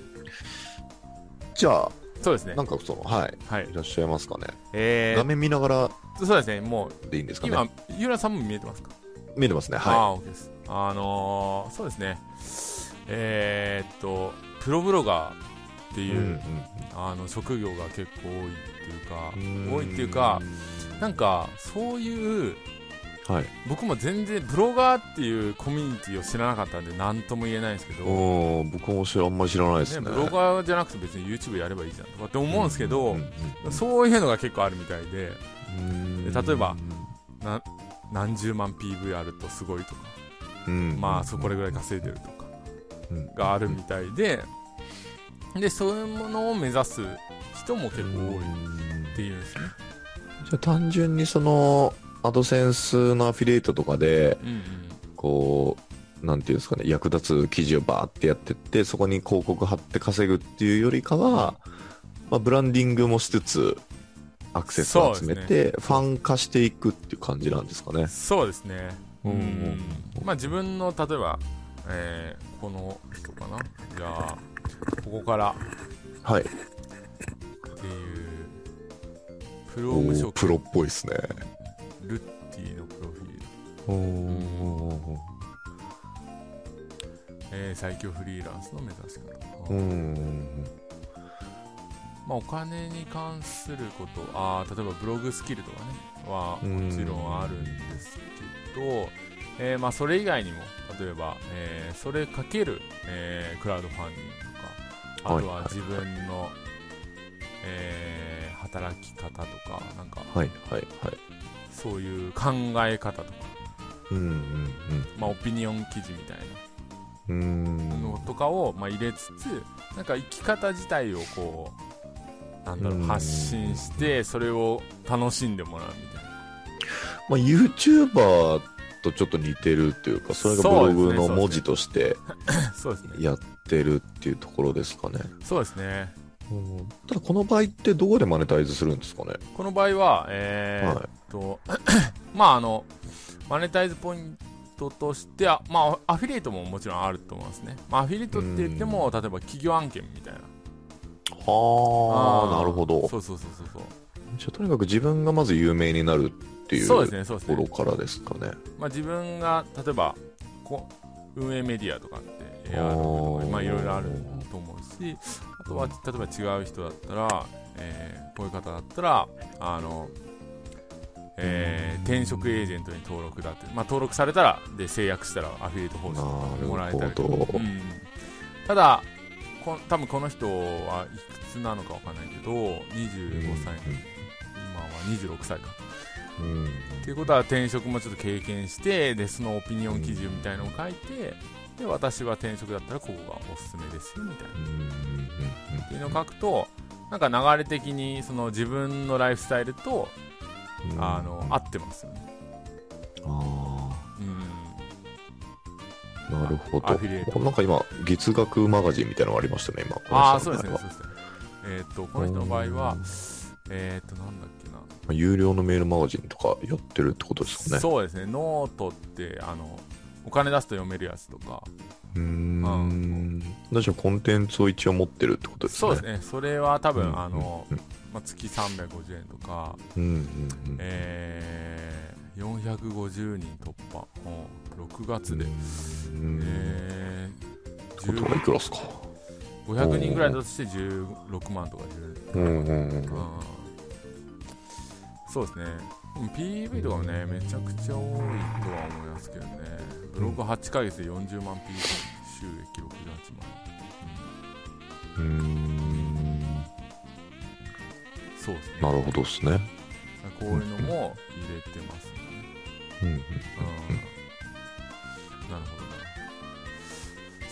[SPEAKER 1] じゃあ
[SPEAKER 2] そうですね
[SPEAKER 1] なんかその、はい、
[SPEAKER 2] はい
[SPEAKER 1] いらっしゃいますかね。
[SPEAKER 2] え
[SPEAKER 1] 画面見ながら
[SPEAKER 2] ー、そうですねもう
[SPEAKER 1] でいいんですかね。
[SPEAKER 2] 今ゆうらさんも見えてますか
[SPEAKER 1] 見れますね。
[SPEAKER 2] あ
[SPEAKER 1] は
[SPEAKER 2] あ、OK です。あのー、そうですね。えー、っと、プロブロガーって
[SPEAKER 1] い。
[SPEAKER 2] いう、
[SPEAKER 1] うん
[SPEAKER 2] あの職業が結構多いっていうか、
[SPEAKER 1] うん
[SPEAKER 2] 多いっていうか、、なんか、そういう、
[SPEAKER 1] はい。
[SPEAKER 2] 僕も全然、ブロガーっていうコミュニティを知らなかったんで、なんとも言えないんですけど、ね、
[SPEAKER 1] おー僕も知らあんまり知らないですね。
[SPEAKER 2] ブロガーじゃなくて別に YouTube やればいいじゃんとかって思うんですけど、
[SPEAKER 1] うんうん
[SPEAKER 2] そういうのが結構あるみたいで、
[SPEAKER 1] うん
[SPEAKER 2] で例えば、な何十万 PV あるとすごいとか、
[SPEAKER 1] うん
[SPEAKER 2] まあ、そこれぐらい稼いでるとか。
[SPEAKER 1] うん
[SPEAKER 2] があるみたいで、で、そういうものを目指す人も結構多いっていうんですね。
[SPEAKER 1] じゃあ単純にそのアドセンスのアフィリエイトとかで
[SPEAKER 2] うんうん。
[SPEAKER 1] こうなんていうんですかね役立つ記事をバーってやってってそこに広告貼って稼ぐっていうよりかは、まあ、ブランディングもしつつアクセスを集め
[SPEAKER 2] そう
[SPEAKER 1] て、ファン化していくっていう感じなんですかね。
[SPEAKER 2] そうですね。
[SPEAKER 1] うんうんうん
[SPEAKER 2] まあ自分の、例えば、えーこの人かな。じゃあ、ここから
[SPEAKER 1] はい、
[SPEAKER 2] っていう、プロ
[SPEAKER 1] お
[SPEAKER 2] 無
[SPEAKER 1] ー
[SPEAKER 2] 職
[SPEAKER 1] プロっぽいですね。
[SPEAKER 2] ルッティのプロフィール。えー最強フリーランスの目指し方。
[SPEAKER 1] うん
[SPEAKER 2] まあ、お金に関することあー例えばブログスキルとかねは
[SPEAKER 1] うん
[SPEAKER 2] もちろんあるんですけど、えーまあ、それ以外にも例えば、えーそれかける、えークラウドファンディングとかあと
[SPEAKER 1] はい
[SPEAKER 2] は
[SPEAKER 1] はい
[SPEAKER 2] 自分の、えー働き方とかなんか
[SPEAKER 1] はいはいはい。
[SPEAKER 2] そういう考え方とか、
[SPEAKER 1] うん
[SPEAKER 2] まあ、オピニオン記事みたい
[SPEAKER 1] うんうん。う
[SPEAKER 2] なんのとかを、まあ、入れつつなんか生き方自体をこうなんだろ
[SPEAKER 1] う
[SPEAKER 2] うん発信してそれを楽しんでもらうみたいな。
[SPEAKER 1] まあ、YouTuber とちょっと似てるっていうかそれがブロ
[SPEAKER 2] そう
[SPEAKER 1] グ
[SPEAKER 2] ですね
[SPEAKER 1] の文字として
[SPEAKER 2] そうですね。
[SPEAKER 1] やってるっていうところですかね
[SPEAKER 2] そうですね。
[SPEAKER 1] ただこの場合ってどこでマネタイズするんですかね、
[SPEAKER 2] この場合は、えーっ
[SPEAKER 1] はい
[SPEAKER 2] と、 まああの、マネタイズポイントとしては、まあアフィリエイトももちろんあると思いますね。まあアフィリエイトって言っても、例えば企業案件みたいな。
[SPEAKER 1] はあなるほど
[SPEAKER 2] そうそうそうそうそう。
[SPEAKER 1] じゃあとにかく自分がまず有名になるっていう
[SPEAKER 2] そうです
[SPEAKER 1] と
[SPEAKER 2] ね、そうです
[SPEAKER 1] ころか
[SPEAKER 2] ね。
[SPEAKER 1] らですかね
[SPEAKER 2] まあ自分が、例えば、こう運営メディアとかって、AR とか
[SPEAKER 1] おー
[SPEAKER 2] まあいろいろあると思うし、あとは、例えば違う人だったら、えーこういう方だったら、あの、えー転職エージェントに登録だって、まあ、登録されたらで制約したらアフィリエイト報
[SPEAKER 1] な
[SPEAKER 2] 酬
[SPEAKER 1] る
[SPEAKER 2] もらえたりとか
[SPEAKER 1] ほど
[SPEAKER 2] うんただこ多分この人はいくつなのかわかんないけど25歳、今は26歳か
[SPEAKER 1] うんうん
[SPEAKER 2] っていうことは転職もちょっと経験してでそのオピニオン記事みたいのを書いてで私は転職だったらここがおすすめですよみたいなっていうのを書くとなんか流れ的にその自分のライフスタイルと
[SPEAKER 1] うん
[SPEAKER 2] あの合ってますよね、
[SPEAKER 1] あ
[SPEAKER 2] うん、
[SPEAKER 1] ーなるほ
[SPEAKER 2] アフィリエイ
[SPEAKER 1] どなんか今月額マガジンみたいなのがありましたね今
[SPEAKER 2] ああ、そうですね、
[SPEAKER 1] こ
[SPEAKER 2] そう
[SPEAKER 1] の人の場合は
[SPEAKER 2] ですね。えーっと、この人の場合は、えーっと、なんだっけな。
[SPEAKER 1] まあ有料のメールマガジンとかやってるってことですかね
[SPEAKER 2] そうですね、ノートって、あの、お金出すと読めるやつとか、
[SPEAKER 1] うーん。私はコンテンツを一応持ってるってことですね。
[SPEAKER 2] そうですね、それは多
[SPEAKER 1] う
[SPEAKER 2] 分、
[SPEAKER 1] ん
[SPEAKER 2] あの
[SPEAKER 1] うん、
[SPEAKER 2] まあ、月350円とか、
[SPEAKER 1] うんうんうん。
[SPEAKER 2] えー、450人突破、うん6月で、
[SPEAKER 1] うん。
[SPEAKER 2] えー
[SPEAKER 1] こと
[SPEAKER 2] 10
[SPEAKER 1] がいくらっすか。
[SPEAKER 2] 500人ぐらいだとして16万とか10
[SPEAKER 1] うんうんうん。
[SPEAKER 2] うんそうですね。でも PV とかもね、めちゃくちゃ多いとは思いますけどね。ブログ8ヶ月で40万 PV、収益68万。
[SPEAKER 1] うーん
[SPEAKER 2] そうですね
[SPEAKER 1] なるほどですね。
[SPEAKER 2] こういうのも入れてますね
[SPEAKER 1] うんうん
[SPEAKER 2] うんなるほどな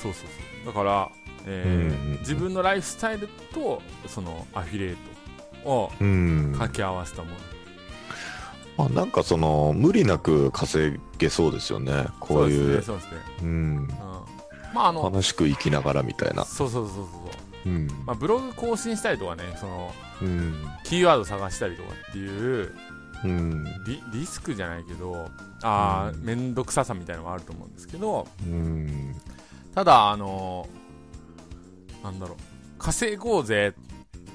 [SPEAKER 2] そうそうそうだから、えー
[SPEAKER 1] うんうんうん
[SPEAKER 2] 自分のライフスタイルとそのアフィリエイトを
[SPEAKER 1] うん
[SPEAKER 2] 掛け合わせたもの、
[SPEAKER 1] まあ、なんかその無理なく稼げそうですよねこういう
[SPEAKER 2] そうですねそうですね、
[SPEAKER 1] うん
[SPEAKER 2] うん、まああの
[SPEAKER 1] 楽しく生きながらみたいな
[SPEAKER 2] そうそうそうそうそう、
[SPEAKER 1] うん
[SPEAKER 2] まあ、ブログ更新したりとかねその
[SPEAKER 1] うん
[SPEAKER 2] キーワード探したりとかっていう
[SPEAKER 1] うん
[SPEAKER 2] リリスクじゃないけどあ
[SPEAKER 1] う
[SPEAKER 2] ー
[SPEAKER 1] ん
[SPEAKER 2] 面倒くささみたいなのはあると思うんですけど
[SPEAKER 1] うん
[SPEAKER 2] ただあのなんだろう稼ごうぜ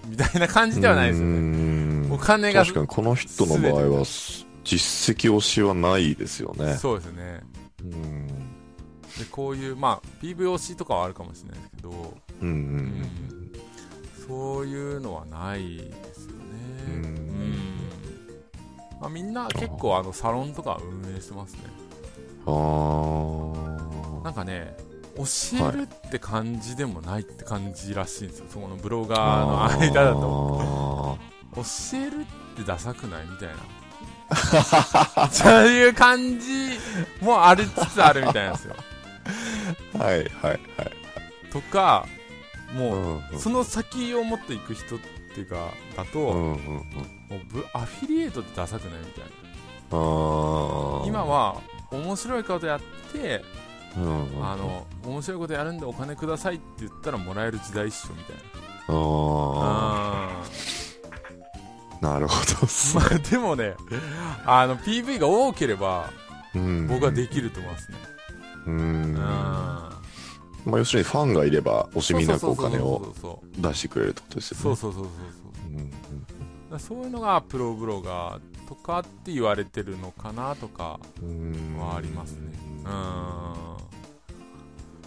[SPEAKER 2] みたいな感じではないですよね
[SPEAKER 1] ね
[SPEAKER 2] お金が
[SPEAKER 1] 確かにこの人の場合は実績推しはないですよね
[SPEAKER 2] そうですね
[SPEAKER 1] うん
[SPEAKER 2] でこういうまあ PVOC とかはあるかもしれないですけど、
[SPEAKER 1] うんう
[SPEAKER 2] うんそういうのはないですよね
[SPEAKER 1] う
[SPEAKER 2] うんん、まあ、みんな結構あのサロンとか運営してますね
[SPEAKER 1] あ
[SPEAKER 2] な
[SPEAKER 1] ー
[SPEAKER 2] んかね教えるって感じでもないって感じらしいんですよ、そこのブロガーの間だと
[SPEAKER 1] と
[SPEAKER 2] 教えるってダサくないみたいなそういう感じもありつつあるみたいなんですよ
[SPEAKER 1] はいはいはい
[SPEAKER 2] とかもう、
[SPEAKER 1] うんうん
[SPEAKER 2] その先をもっと行く人っていうかだと、
[SPEAKER 1] う
[SPEAKER 2] も
[SPEAKER 1] んうんうん
[SPEAKER 2] うブアフィリエイトってダサくないみたい
[SPEAKER 1] あー
[SPEAKER 2] な今は面白いことやって、
[SPEAKER 1] うんうんうん
[SPEAKER 2] あの面白いことやるんでお金くださいって言ったらもらえる時代っしょみたいな
[SPEAKER 1] あ
[SPEAKER 2] あ
[SPEAKER 1] ーなるほどっす
[SPEAKER 2] まあでもねあの PV が多ければ僕はできると思いますね
[SPEAKER 1] う
[SPEAKER 2] うんん
[SPEAKER 1] まあ、要するにファンがいれば惜しみなくお金を
[SPEAKER 2] そ
[SPEAKER 1] 出してくれるってことです
[SPEAKER 2] う
[SPEAKER 1] よね。
[SPEAKER 2] そうそうそうそうそうそうそう
[SPEAKER 1] うんうん
[SPEAKER 2] だからそういうのがプロブロガーとかって言われてるのかなとか
[SPEAKER 1] うん
[SPEAKER 2] はありますねうん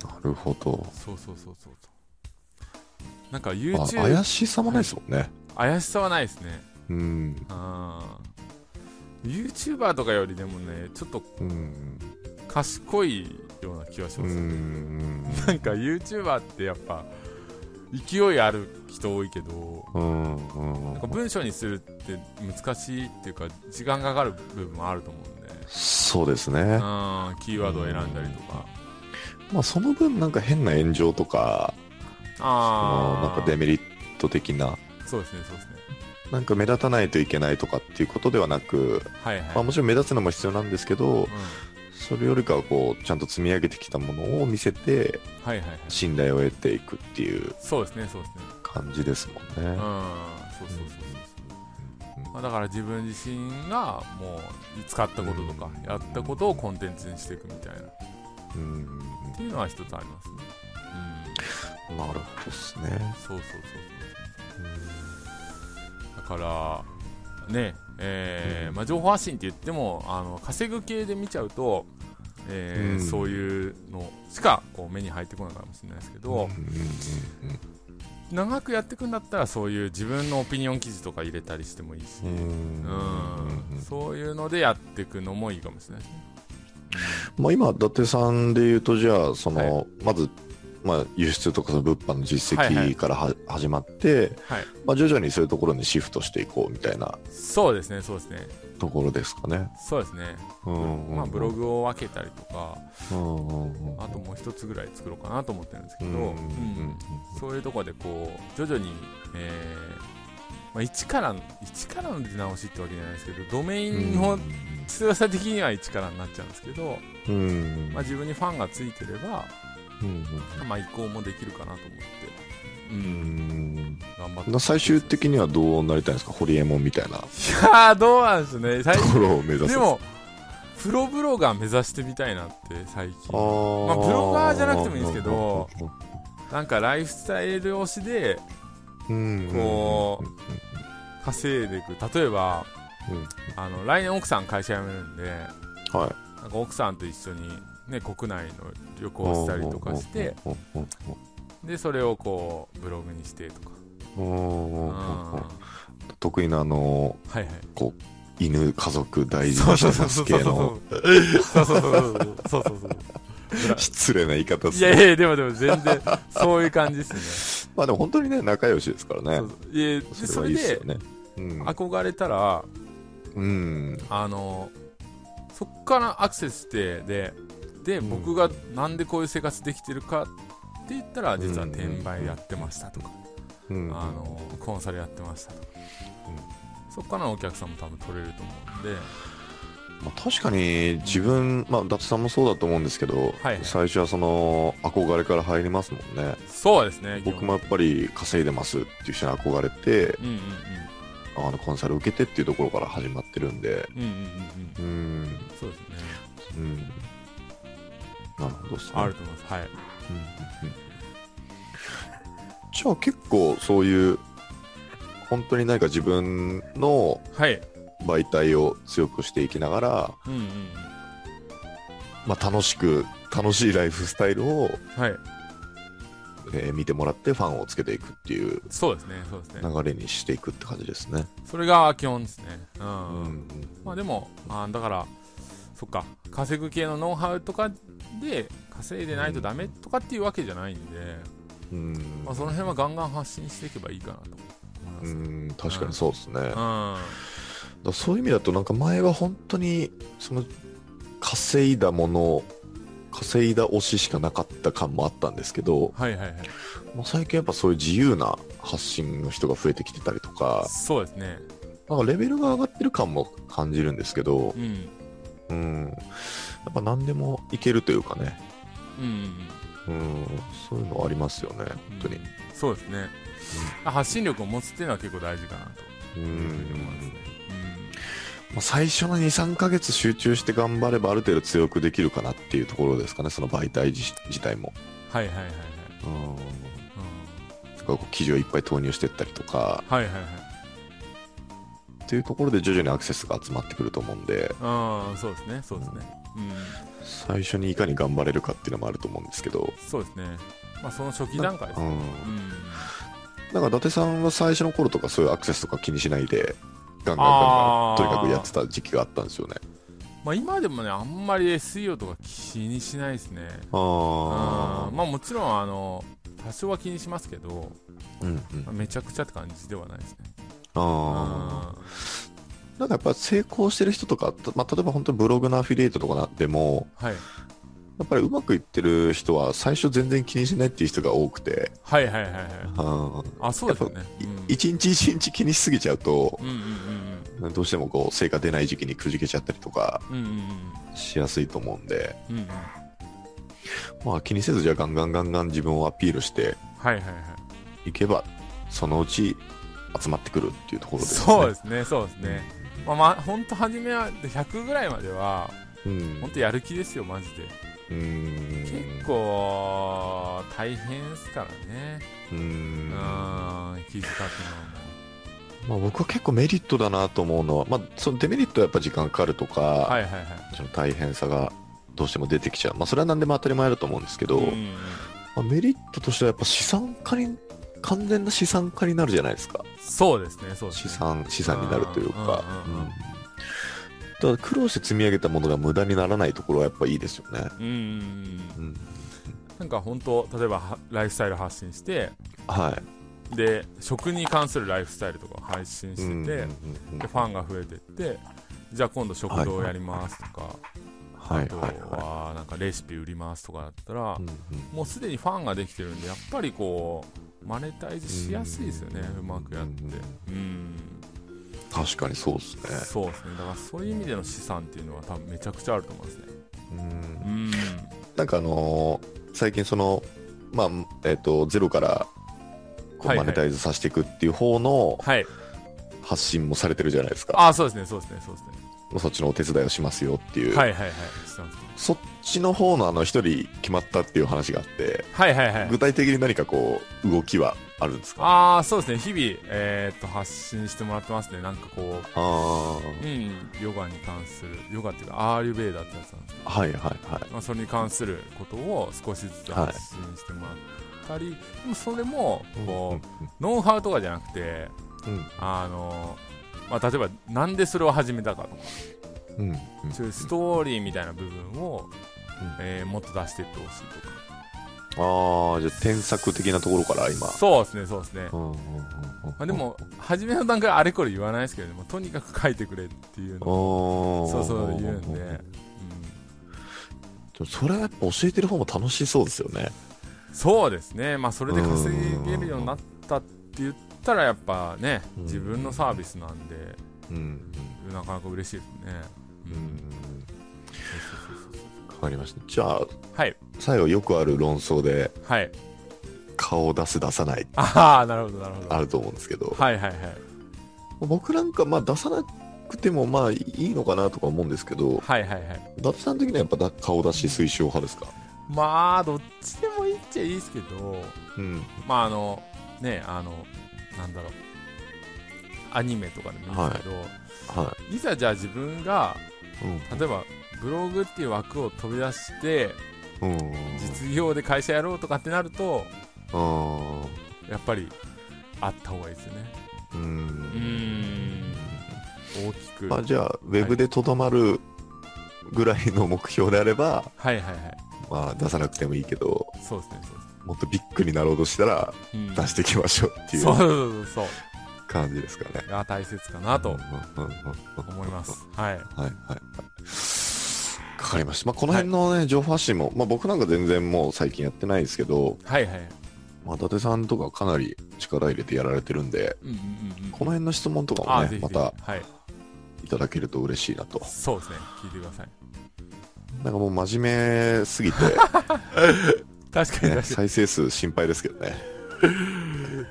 [SPEAKER 1] なるほど。
[SPEAKER 2] そうそうそうそうそうなんか
[SPEAKER 1] まあ、
[SPEAKER 2] YouTube
[SPEAKER 1] 怪しさもないですもんね。
[SPEAKER 2] 怪しさはないですね
[SPEAKER 1] うん。
[SPEAKER 2] うん YouTuber とかよりでもねちょっと
[SPEAKER 1] うん。
[SPEAKER 2] 賢いような気がし
[SPEAKER 1] う
[SPEAKER 2] ます、
[SPEAKER 1] ん。
[SPEAKER 2] なんか YouTuber ってやっぱ勢いある人多いけど
[SPEAKER 1] うん。
[SPEAKER 2] なんか文章にするって難しいっていうか時間かかる部分もあると思うんで
[SPEAKER 1] そうです
[SPEAKER 2] うん
[SPEAKER 1] ね。
[SPEAKER 2] キーワードを選んだりとか
[SPEAKER 1] まあ、その分、なんか変な炎上とか、
[SPEAKER 2] あ
[SPEAKER 1] あの
[SPEAKER 2] あ
[SPEAKER 1] なんかデメリット的な、
[SPEAKER 2] そうですねそうですね
[SPEAKER 1] なんか目立たないといけないとかっていうことではなく、
[SPEAKER 2] はいはい、
[SPEAKER 1] まあ、もちろん目立つのも必要なんですけど、
[SPEAKER 2] う
[SPEAKER 1] それよりかはこう、ちゃんと積み上げてきたものを見せて、
[SPEAKER 2] ん、はいはいはい
[SPEAKER 1] 信頼を得ていくっていう
[SPEAKER 2] そうですねそうですね
[SPEAKER 1] 感じですもんね。
[SPEAKER 2] うんそうそうそうそう、まあ、だから自分自身がもう使ったこととかやったことをコンテンツにしていくみたいなっ
[SPEAKER 1] うん
[SPEAKER 2] ていうのは一つありますねうん
[SPEAKER 1] なるほどですね。
[SPEAKER 2] そうそうそうそうだからねえー
[SPEAKER 1] うん
[SPEAKER 2] まあ、情報発信って言ってもあの稼ぐ系で見ちゃうと、えー
[SPEAKER 1] うん
[SPEAKER 2] そういうのしかこう目に入ってこないかもしれないですけど、長くやっていくんだったらそういう自分のオピニオン記事とか入れたりしてもいいし、うんそういうのでやっていくのもいいかもしれないですね
[SPEAKER 1] まあ今、伊達さんで言うと、じゃあ、その、
[SPEAKER 2] は
[SPEAKER 1] まず、まあ、輸出とかその物販の実
[SPEAKER 2] はいは
[SPEAKER 1] 績
[SPEAKER 2] い
[SPEAKER 1] からは始まって、
[SPEAKER 2] はい
[SPEAKER 1] まあ、徐々にそういうところにシフトしていこうみたいな
[SPEAKER 2] そうですねそうですね
[SPEAKER 1] ところですかね。
[SPEAKER 2] そうですね、
[SPEAKER 1] うんうん
[SPEAKER 2] まあ、ブログを分けたりとか
[SPEAKER 1] うんうんうん
[SPEAKER 2] あともう一つぐらい作ろうかなと思ってるんですけ
[SPEAKER 1] うん
[SPEAKER 2] ど、
[SPEAKER 1] うんうん
[SPEAKER 2] うんそういうところでこう徐々に、えーまあ、一から一からの出直しってわけじゃないですけどドメイ
[SPEAKER 1] うん
[SPEAKER 2] ンの強さ的には一からになっちゃうんですけど、
[SPEAKER 1] うん
[SPEAKER 2] まあ、自分にファンがついてれば、
[SPEAKER 1] うん
[SPEAKER 2] まあ、移行もできるかなと思って、う、
[SPEAKER 1] うんん
[SPEAKER 2] 頑張って
[SPEAKER 1] うん最終的にはどうなりたいんですかホリエモンみたいなと
[SPEAKER 2] いやーどうなんですね最
[SPEAKER 1] ころを目指す。
[SPEAKER 2] でもプロブロガー目指してみたいなって最
[SPEAKER 1] あ
[SPEAKER 2] 近
[SPEAKER 1] ー、
[SPEAKER 2] まあブロガーじゃなくてもいいんですけどなんかライフスタイル推しで
[SPEAKER 1] うん、
[SPEAKER 2] こう稼いでいく例えば
[SPEAKER 1] うん、
[SPEAKER 2] あの来年奥さん会社辞めるんで
[SPEAKER 1] はい
[SPEAKER 2] なんか奥さんと一緒に、ね、国内の旅行をしたりとかして
[SPEAKER 1] うんうん
[SPEAKER 2] でそれをこうブログにしてとか
[SPEAKER 1] うんうんう
[SPEAKER 2] うん
[SPEAKER 1] ん
[SPEAKER 2] は
[SPEAKER 1] 得意なあの
[SPEAKER 2] いはい
[SPEAKER 1] 犬家族大事にしてます系の
[SPEAKER 2] そうそうそうそうそうそうそう
[SPEAKER 1] 失礼な言い方で
[SPEAKER 2] い
[SPEAKER 1] すね
[SPEAKER 2] やいやでもでも全然そういう感じですね
[SPEAKER 1] まあでも本当にね仲良しですからね
[SPEAKER 2] そうそういやで
[SPEAKER 1] れは
[SPEAKER 2] それ
[SPEAKER 1] いいです
[SPEAKER 2] で
[SPEAKER 1] よねうん
[SPEAKER 2] 憧れたら
[SPEAKER 1] うん
[SPEAKER 2] あのそっからアクセスしてでで、
[SPEAKER 1] うん
[SPEAKER 2] 僕がなんでこういう生活できてるかって言ったら実は
[SPEAKER 1] うん
[SPEAKER 2] 転売やってましたとか、
[SPEAKER 1] うん
[SPEAKER 2] あのコンサルやってましたとか、そっからのお客さんも多分取れると思うんで
[SPEAKER 1] まあ、確かに自分、まあ、伊達さんもそうだと思うんですけど、
[SPEAKER 2] はい
[SPEAKER 1] 最初はその憧れから入りますもんね
[SPEAKER 2] そうですね
[SPEAKER 1] 僕もやっぱり稼いでますっていう人に憧れて
[SPEAKER 2] うんうん
[SPEAKER 1] あのコンサル受けてっていうところから始まってるんで
[SPEAKER 2] うんうんうんうんうん
[SPEAKER 1] うん
[SPEAKER 2] そうですね
[SPEAKER 1] うんなるほどっすね
[SPEAKER 2] あると思いますはい
[SPEAKER 1] うんうんうんじゃあ結構そういう本当に何か自分の
[SPEAKER 2] はい
[SPEAKER 1] 媒体を強くしていきながら、
[SPEAKER 2] うんうんうん
[SPEAKER 1] まあ、楽しく楽しいライフスタイルを
[SPEAKER 2] はい
[SPEAKER 1] えー見てもらってファンをつけていくっていう
[SPEAKER 2] そうですねそうですね
[SPEAKER 1] 流れにしていくって感じですね。
[SPEAKER 2] それが基本ですねうんまあで
[SPEAKER 1] も、
[SPEAKER 2] も、あーだから、そっか、稼ぐ系のノウハウとかで稼いでないとダメとかっていうわけじゃないんで、
[SPEAKER 1] うん
[SPEAKER 2] まあ、その辺はガンガン発信していけばいいかなと思います。うん
[SPEAKER 1] うん確かにそうですね。だか
[SPEAKER 2] は
[SPEAKER 1] らそういう意味だとなんか前は本当にその稼いだもの稼いだ推ししかなかった感もあったんですけど、
[SPEAKER 2] いはいはい。
[SPEAKER 1] まあ、最近やっぱそういう自由な発信の人が増えてきてたりとか
[SPEAKER 2] そうですね。
[SPEAKER 1] なんかレベルが上がってる感も感じるんですけど
[SPEAKER 2] う、ん。うん
[SPEAKER 1] うん、やっぱ何でもいけるというかね、
[SPEAKER 2] うんうん。
[SPEAKER 1] うん、そういうのありますよね本当に。
[SPEAKER 2] そうですね。発信力を持つっていうのは結構大事かなと
[SPEAKER 1] う
[SPEAKER 2] いうふうんに思いますね。
[SPEAKER 1] まあ最初の23ヶ月集中して頑張ればある程度強くできるかなっていうところですかねその媒体自自体も。
[SPEAKER 2] うん。はいはいはいはい。
[SPEAKER 1] うん
[SPEAKER 2] うん
[SPEAKER 1] とかこう記事をいっぱい投入していったりとか
[SPEAKER 2] はいはいはい。
[SPEAKER 1] っていうところで徐々にアクセスが集まってくると思うんで
[SPEAKER 2] うん、そうですね。そうですね。うん。
[SPEAKER 1] 最初にいかに頑張れるかっていうのもあると思うんですけど、
[SPEAKER 2] そうですね。まあ、その初期段階です
[SPEAKER 1] う
[SPEAKER 2] ね。
[SPEAKER 1] ん、
[SPEAKER 2] うん。
[SPEAKER 1] なんか伊達さんは最初の頃とかそういうアクセスとか気にしないでガンガン
[SPEAKER 2] あ
[SPEAKER 1] ガンガン
[SPEAKER 2] ー
[SPEAKER 1] とにかくやってた時期があったんですよね。
[SPEAKER 2] まあ、今でもね、あんまり SEO とか気にしないですね。
[SPEAKER 1] あ
[SPEAKER 2] うんまあ、もちろん、あの、多少は気にしますけど、
[SPEAKER 1] ーうんうん
[SPEAKER 2] まあめちゃくちゃって感じではないですね。
[SPEAKER 1] あーなんかやっぱ成功してる人とか、たまあ、例えば本当にブログのアフィリエイトとかなでも、
[SPEAKER 2] うんはい。
[SPEAKER 1] やっぱりうまくいってる人は最初全然気にしないっていう人が多くて、
[SPEAKER 2] はいはいはいは
[SPEAKER 1] う
[SPEAKER 2] い。
[SPEAKER 1] ん
[SPEAKER 2] あ、そうですよね。
[SPEAKER 1] い
[SPEAKER 2] うん
[SPEAKER 1] 一日一日気にしすぎちゃうと、
[SPEAKER 2] うんうん
[SPEAKER 1] どうしてもこう成果出ない時期にくじけちゃったりとか
[SPEAKER 2] うんうん。うんうん
[SPEAKER 1] しやすいと思うんで、
[SPEAKER 2] うん。うんうん。
[SPEAKER 1] まあ、気にせずじゃあガンガンガンガン自分をアピールして
[SPEAKER 2] はいはいはい
[SPEAKER 1] けば、そのうち集まってくるっていうとこ
[SPEAKER 2] い。
[SPEAKER 1] ろですね。
[SPEAKER 2] そうですね、そうですね。まあ、まあ、ほんと初めは、で100ぐらいまでは、
[SPEAKER 1] うん
[SPEAKER 2] ほんとやる気ですよ、マジで。
[SPEAKER 1] うん
[SPEAKER 2] 結構、大変ですからね。
[SPEAKER 1] うん
[SPEAKER 2] うん、気遣って
[SPEAKER 1] まあ、僕は結構メリットだなと思うのは、まあ、そのデメリットはやっぱ時間かかるとか、
[SPEAKER 2] も。はいはいはい。
[SPEAKER 1] その大変さがどうしても出てきちゃう、まあ、それは何でも当たり前だと思うんですけど、
[SPEAKER 2] んん
[SPEAKER 1] まあ、メリットとしてはやっぱ資産化に完全な資産化になるじゃないですか
[SPEAKER 2] そうですね、そうです
[SPEAKER 1] 資
[SPEAKER 2] ね。
[SPEAKER 1] 産資産になるというか
[SPEAKER 2] うんうんうんうん
[SPEAKER 1] うんただ苦労して積み上げたものが無駄にならないところはやっぱいいですよね、
[SPEAKER 2] うんうんうん。
[SPEAKER 1] うん、
[SPEAKER 2] なんか本当、例えばはライフスタイル発信して、
[SPEAKER 1] はい
[SPEAKER 2] で、食に関するライフスタイルとかを配信してて、
[SPEAKER 1] うんうん
[SPEAKER 2] で、
[SPEAKER 1] うん
[SPEAKER 2] ファンが増えてって、じゃあ今度食堂やりますとか、
[SPEAKER 1] はい
[SPEAKER 2] あと
[SPEAKER 1] はいは
[SPEAKER 2] はなんかレシピ売りますとかだったら
[SPEAKER 1] い、うんうん
[SPEAKER 2] もうすでにファンができてるんで、やっぱりこう、マネタイズしやすいですよね、
[SPEAKER 1] うん
[SPEAKER 2] うまくやって。うん。
[SPEAKER 1] 確かにそうですね
[SPEAKER 2] そうですね。だからそういう意味での資産っていうのは多分めちゃくちゃあると思いますね。
[SPEAKER 1] うん
[SPEAKER 2] うん。
[SPEAKER 1] なんかあのー最近その、まあえっとゼロからこ
[SPEAKER 2] は
[SPEAKER 1] う
[SPEAKER 2] いは
[SPEAKER 1] マネ
[SPEAKER 2] い
[SPEAKER 1] タイズさせていくっていう方の
[SPEAKER 2] はい。
[SPEAKER 1] 発信もされてるじゃないですか、
[SPEAKER 2] ああ、そうですね、そうですね、そうですね。
[SPEAKER 1] そっちのお手伝いをしますよっていう、
[SPEAKER 2] はいはいはい。知ってます
[SPEAKER 1] そっちの方のあの一人決まったっていう話があって、
[SPEAKER 2] はいはいはい
[SPEAKER 1] 具。体的に何かこう動きはあるんですか
[SPEAKER 2] ああ、そうですね。日々、えーっと、発信してもらってますね。なんかこ
[SPEAKER 1] ああ
[SPEAKER 2] う、うん、ヨガに関する、ヨガっていうか、アーリュベーダーってやつなんですけ
[SPEAKER 1] はいはいはい
[SPEAKER 2] ど、まあ、それに関することを少しずつ発信してもらったり、でもそれも、こう、ノウハウとかじゃなくて、
[SPEAKER 1] うんうん
[SPEAKER 2] あの、まあ、例えば、なんでそれを始めたかとか、
[SPEAKER 1] うんうん
[SPEAKER 2] そういうストーリーみたいな部分を、
[SPEAKER 1] うん
[SPEAKER 2] えーもっと出していってほしいとか、
[SPEAKER 1] ああ、じゃあ、添削的なところから、今。
[SPEAKER 2] そうですね、そうですね。
[SPEAKER 1] うんうんうんうん
[SPEAKER 2] まあ、で、も、初めの段階あれこれ言わないですけれども、とにかく書いてくれっていうのを、そ
[SPEAKER 1] そう
[SPEAKER 2] そう言うんで、うん、
[SPEAKER 1] それはやっぱ教えてる方も楽しそうですよね。
[SPEAKER 2] そうですね、まあ、それで稼げるようになったって言ったら、やっぱね、
[SPEAKER 1] うん
[SPEAKER 2] 自分のサービスなんで、
[SPEAKER 1] うん。
[SPEAKER 2] なかなか嬉しいですね。
[SPEAKER 1] う
[SPEAKER 2] うん
[SPEAKER 1] ん。
[SPEAKER 2] そうそうそうそう
[SPEAKER 1] わかりました。じゃあ、
[SPEAKER 2] はい、
[SPEAKER 1] 最後よくある論争で、
[SPEAKER 2] はい。
[SPEAKER 1] 顔を出す出さない、
[SPEAKER 2] ああ、なるほど、なるほど。
[SPEAKER 1] あ
[SPEAKER 2] はい
[SPEAKER 1] ると思うんですけど、
[SPEAKER 2] はいはい。
[SPEAKER 1] 僕なんか、まあ、出さなくても、まあ、いいのかなとか思うんですけど、
[SPEAKER 2] はいはいはい。
[SPEAKER 1] 伊達さん的にはやっぱだ顔出し推奨派ですか
[SPEAKER 2] まあ、どっちでもいいっちゃいいですけど、
[SPEAKER 1] うん。
[SPEAKER 2] まああの、ね、あの、なんだろう。アニメとかでもいいですけど、
[SPEAKER 1] はい
[SPEAKER 2] ざじゃあ自分が、
[SPEAKER 1] い。うん。
[SPEAKER 2] 例えばブログっていう枠を飛び出して
[SPEAKER 1] うん。
[SPEAKER 2] 実業で会社やろうとかってなると
[SPEAKER 1] あ
[SPEAKER 2] やっぱりあった方がいいですよね
[SPEAKER 1] ーうん
[SPEAKER 2] う。ん大きく
[SPEAKER 1] まあ、
[SPEAKER 2] はい
[SPEAKER 1] じゃあ、ウェブでとどまるぐらいの目標であれば、
[SPEAKER 2] はいはい
[SPEAKER 1] まあ、出さなくてもいいけど、
[SPEAKER 2] そうですねそうで
[SPEAKER 1] もっとビッグになろうとしたら、
[SPEAKER 2] すね、うん、
[SPEAKER 1] 出していきましょうってい
[SPEAKER 2] そ
[SPEAKER 1] う
[SPEAKER 2] うそうそう
[SPEAKER 1] 感じですかね
[SPEAKER 2] そう。が大切かな
[SPEAKER 1] うん
[SPEAKER 2] と
[SPEAKER 1] うんうんうん
[SPEAKER 2] 思いますはい
[SPEAKER 1] はいはいはい。わかりました。まあ、この辺のね、情報発信も、まあ、僕なんか全然もう最近やってないですけど、
[SPEAKER 2] はいはい
[SPEAKER 1] まあ、伊達さんとかかなり力入れてやられてるんで、
[SPEAKER 2] うんうんうんうん
[SPEAKER 1] この辺の質問とか
[SPEAKER 2] あ
[SPEAKER 1] も
[SPEAKER 2] ーぜ
[SPEAKER 1] ね、
[SPEAKER 2] ひぜ
[SPEAKER 1] ま
[SPEAKER 2] ひ
[SPEAKER 1] た
[SPEAKER 2] はい
[SPEAKER 1] いただけると嬉しいなと。
[SPEAKER 2] そうですね聞いてください
[SPEAKER 1] なんかもう真面目すぎて、
[SPEAKER 2] 確か
[SPEAKER 1] ね、
[SPEAKER 2] に確か
[SPEAKER 1] 再生数心配ですけど ね。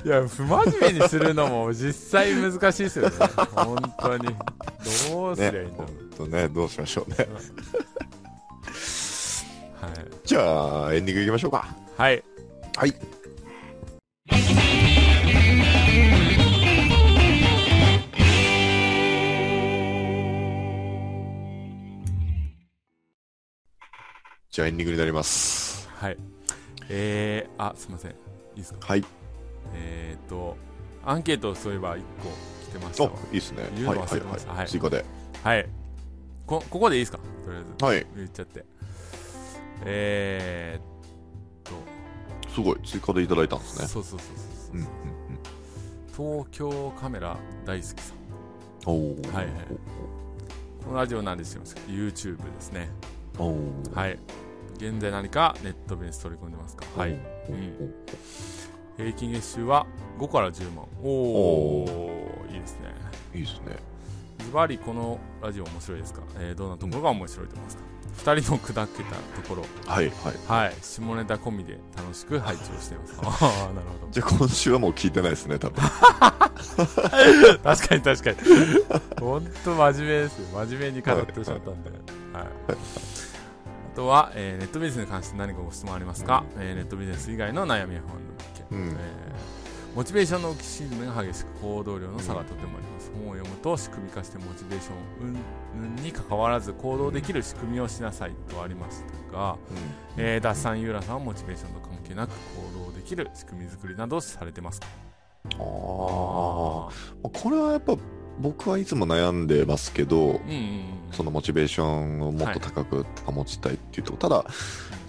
[SPEAKER 2] にいや不真面目にするのも実際難しいですよね本当にどうすりゃい
[SPEAKER 1] ね
[SPEAKER 2] いんだ
[SPEAKER 1] 本
[SPEAKER 2] ろう、
[SPEAKER 1] 当ね、どうしましょうね。
[SPEAKER 2] はい
[SPEAKER 1] じゃあ、エンディングいきましょうか。
[SPEAKER 2] はい
[SPEAKER 1] はい。じゃあ、エンディングになります。
[SPEAKER 2] はい。えー、あ、すいません。いいですか
[SPEAKER 1] はい。
[SPEAKER 2] えーと、アンケートそういえば1個来てまし
[SPEAKER 1] お
[SPEAKER 2] たわ。
[SPEAKER 1] いいですね。
[SPEAKER 2] 言う
[SPEAKER 1] はい
[SPEAKER 2] の
[SPEAKER 1] は
[SPEAKER 2] 忘
[SPEAKER 1] い
[SPEAKER 2] れてました
[SPEAKER 1] は。
[SPEAKER 2] はいい
[SPEAKER 1] 追加で。
[SPEAKER 2] はい。こ、ここでいいですかとりあえず。
[SPEAKER 1] はい。
[SPEAKER 2] 言っちゃって。え
[SPEAKER 1] すごい。追加でいただいたんで
[SPEAKER 2] ー、
[SPEAKER 1] すね。
[SPEAKER 2] そうそうそうそ
[SPEAKER 1] う
[SPEAKER 2] う
[SPEAKER 1] んうん
[SPEAKER 2] そう。東京カメラ大好きさん。
[SPEAKER 1] うん。おー
[SPEAKER 2] はいはいこのラジオなんでしてますか ?YouTube ですね。
[SPEAKER 1] おー
[SPEAKER 2] はい。現在何かネットビジネス取り組んでますかはい。。
[SPEAKER 1] おー
[SPEAKER 2] うん平均月収は5から10万。お
[SPEAKER 1] お
[SPEAKER 2] ー、いいですね。
[SPEAKER 1] いいですね。
[SPEAKER 2] ズバリこのラジオ面白いですか、えーどんなところが面白いと思いますか、二2人の砕けたところ
[SPEAKER 1] はいはい。
[SPEAKER 2] はい下ネタ込みで楽しく配置をしていますああなるほ
[SPEAKER 1] じゃあ、今週はもう聞いてないですね、多分。
[SPEAKER 2] ど 確かに確かに本当真面目ですよ真面目に語ってしまったんで、はいあとは、えーネットビジネスに関して何かご質問ありますか、えーネットビジネス以外の悩みや不安の意見、
[SPEAKER 1] うん
[SPEAKER 2] えーモチベーションの浮き沈みが激しく行動量の差がとてもあります、本を読むと仕組み化してモチベーション云々に関わらず行動できる仕組みをしなさいとありましたが、えー、ダッサンユーラさんはモチベーションと関係なく行動できる仕組み作りなどされてますか
[SPEAKER 1] ああ。これはやっぱ僕はいつも悩んでますけど
[SPEAKER 2] うんうんうん
[SPEAKER 1] そのモチベーションをもっと高く保ちたいっていうとこ、ただ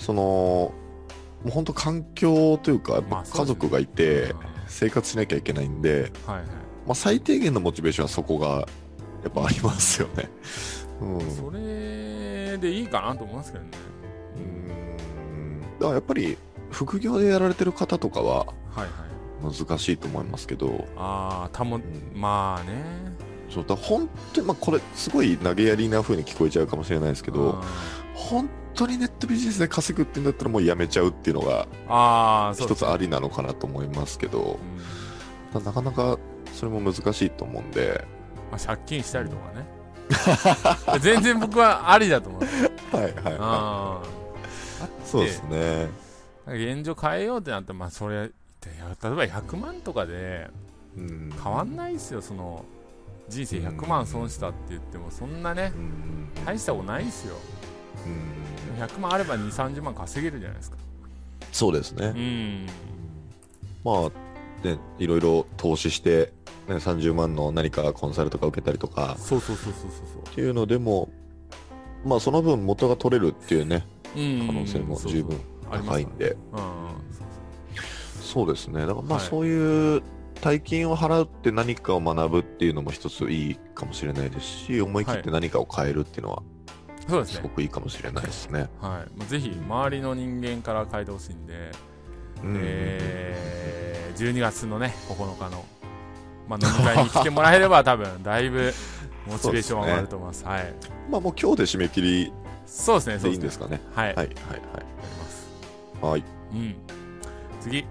[SPEAKER 1] そのもう本当環境というかやっ
[SPEAKER 2] ま
[SPEAKER 1] ぱ
[SPEAKER 2] あそ
[SPEAKER 1] 家
[SPEAKER 2] うですね
[SPEAKER 1] 族がいて生活しなきゃいけないんで、
[SPEAKER 2] はいはい
[SPEAKER 1] まあ、最低限のモチベーションはそこがやっぱありますよね。うん、
[SPEAKER 2] それでいいかなと思いますけどね
[SPEAKER 1] うんだからやっぱり副業でやられてる方とかは
[SPEAKER 2] はいはい
[SPEAKER 1] 難しいと思いますけど、
[SPEAKER 2] ああたも
[SPEAKER 1] うん
[SPEAKER 2] まあね
[SPEAKER 1] そうだから本当に、まあ、これすごい投げやりな風に聞こえちゃうかもしれないですけど、
[SPEAKER 2] あ
[SPEAKER 1] 本当にネットビジネスで稼ぐってんだったらもうやめちゃうっていうのが
[SPEAKER 2] ーあーそう
[SPEAKER 1] 一
[SPEAKER 2] です
[SPEAKER 1] つありなのかなと思いますけど
[SPEAKER 2] う
[SPEAKER 1] た
[SPEAKER 2] ん
[SPEAKER 1] だなかなかそれも難しいと思うんで
[SPEAKER 2] まあ、借金したりとかね 全然僕はありだと思う
[SPEAKER 1] はいはいは
[SPEAKER 2] あ
[SPEAKER 1] いそうですね
[SPEAKER 2] あ現状変えようってなったらまあそれで例えば100万とかで
[SPEAKER 1] 変
[SPEAKER 2] 変わんないですよその人生100万損したって言ってもそんなね
[SPEAKER 1] うん
[SPEAKER 2] 大したことないですよ
[SPEAKER 1] うん
[SPEAKER 2] 100万あれば2 3 0万稼げるじゃないですか
[SPEAKER 1] そうですね、
[SPEAKER 2] うん
[SPEAKER 1] まあねいろいろ投資して、ね、30万の何かコンサルとか受けたりとか
[SPEAKER 2] そうそうそうそうそう
[SPEAKER 1] っていうのでもまあその分元が取れるっていうね
[SPEAKER 2] そううん
[SPEAKER 1] 可能性も十分
[SPEAKER 2] ありま
[SPEAKER 1] 高
[SPEAKER 2] す
[SPEAKER 1] い
[SPEAKER 2] も
[SPEAKER 1] ん
[SPEAKER 2] ん
[SPEAKER 1] で、
[SPEAKER 2] うんうんそう
[SPEAKER 1] そうですねだからまあ
[SPEAKER 2] はい
[SPEAKER 1] そういう大金を払って何かを学ぶっていうのも一ついいかもしれないですし思い切って何かを変えるっていうのは
[SPEAKER 2] そうです
[SPEAKER 1] す
[SPEAKER 2] ね
[SPEAKER 1] ごくいいかもしれないですね。
[SPEAKER 2] はい、まあ、ぜひ周りの人間から変えてほしいんで、
[SPEAKER 1] うん
[SPEAKER 2] えー、12月のね9日の、まあ、飲み会に来てもらえ れば多分だいぶモチベーションは上がると思いますはい
[SPEAKER 1] まあもう今日で締め切り
[SPEAKER 2] そうですねそ
[SPEAKER 1] で
[SPEAKER 2] う
[SPEAKER 1] い
[SPEAKER 2] で
[SPEAKER 1] いん
[SPEAKER 2] す
[SPEAKER 1] で
[SPEAKER 2] ね
[SPEAKER 1] すかね。
[SPEAKER 2] はい、
[SPEAKER 1] はい
[SPEAKER 2] や
[SPEAKER 1] はい
[SPEAKER 2] ります
[SPEAKER 1] はい。はい。
[SPEAKER 2] うん次